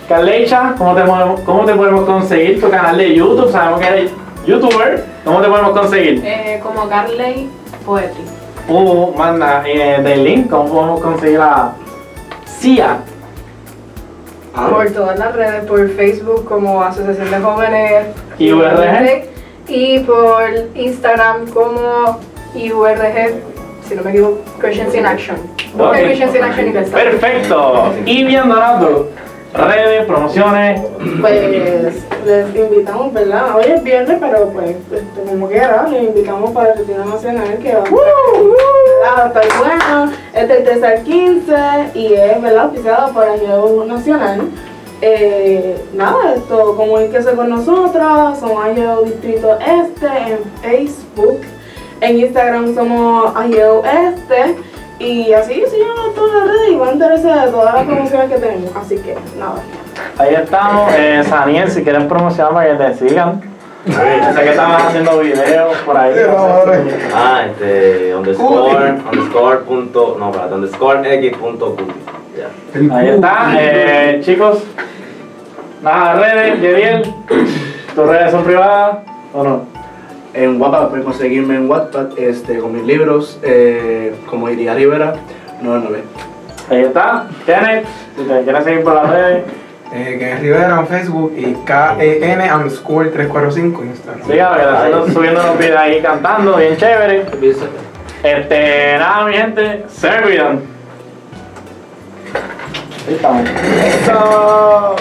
Carlecha, ¿cómo te, podemos, ¿cómo te podemos conseguir tu canal de YouTube? Sabemos que eres youtuber. ¿Cómo te podemos conseguir?
Eh, como Carley Poetry.
Uh, manda eh, del link, ¿cómo podemos conseguir la CIA?
Por todas las redes, por Facebook como Asociación de
eh.
Jóvenes
IURG.
y por Instagram como IURG, si no me equivoco, Christians in Action.
Ok.
Okay. Christians in Action y ya está.
Perfecto. Y bien dorado. Redes, promociones.
Pues les invitamos, ¿verdad? Hoy es viernes, pero pues este, como quiera, les invitamos para el Retiro Nacional que va a estar bueno. este, Es del 3 al 15 y es, ¿verdad? Auspiciado por Año Nacional. Eh, nada, esto, comuníquese con nosotros, somos Año Distrito Este en Facebook, en Instagram somos Año Este y así sigan todas las redes y van a enterarse de todas las promociones que tenemos. Así que nada.
Ahí estamos. Eh, Saniel, si quieren promocionar para que te sigan. Yo sé que estaban haciendo videos por ahí.
Ah, este, underscore, underscore punto, no, espérate, underscore x punto Q. Ya.
Ahí está. Eh, chicos, nada, redes, Yeriel. Tus redes son privadas. ¿O no?
En WhatsApp pueden conseguirme en WhatsApp este, con mis libros, eh, como Iría Rivera, 99.
Ahí está. Kenneth, si te quieren seguir por las redes.
Eh, que es Rivera en Facebook y K-E-N underscore 345 en Instagram.
Siga, que la sigo subiendo los videos ahí cantando, bien chévere. Este, nada, mi gente, se me cuidan. Ahí estamos.
¡Eso!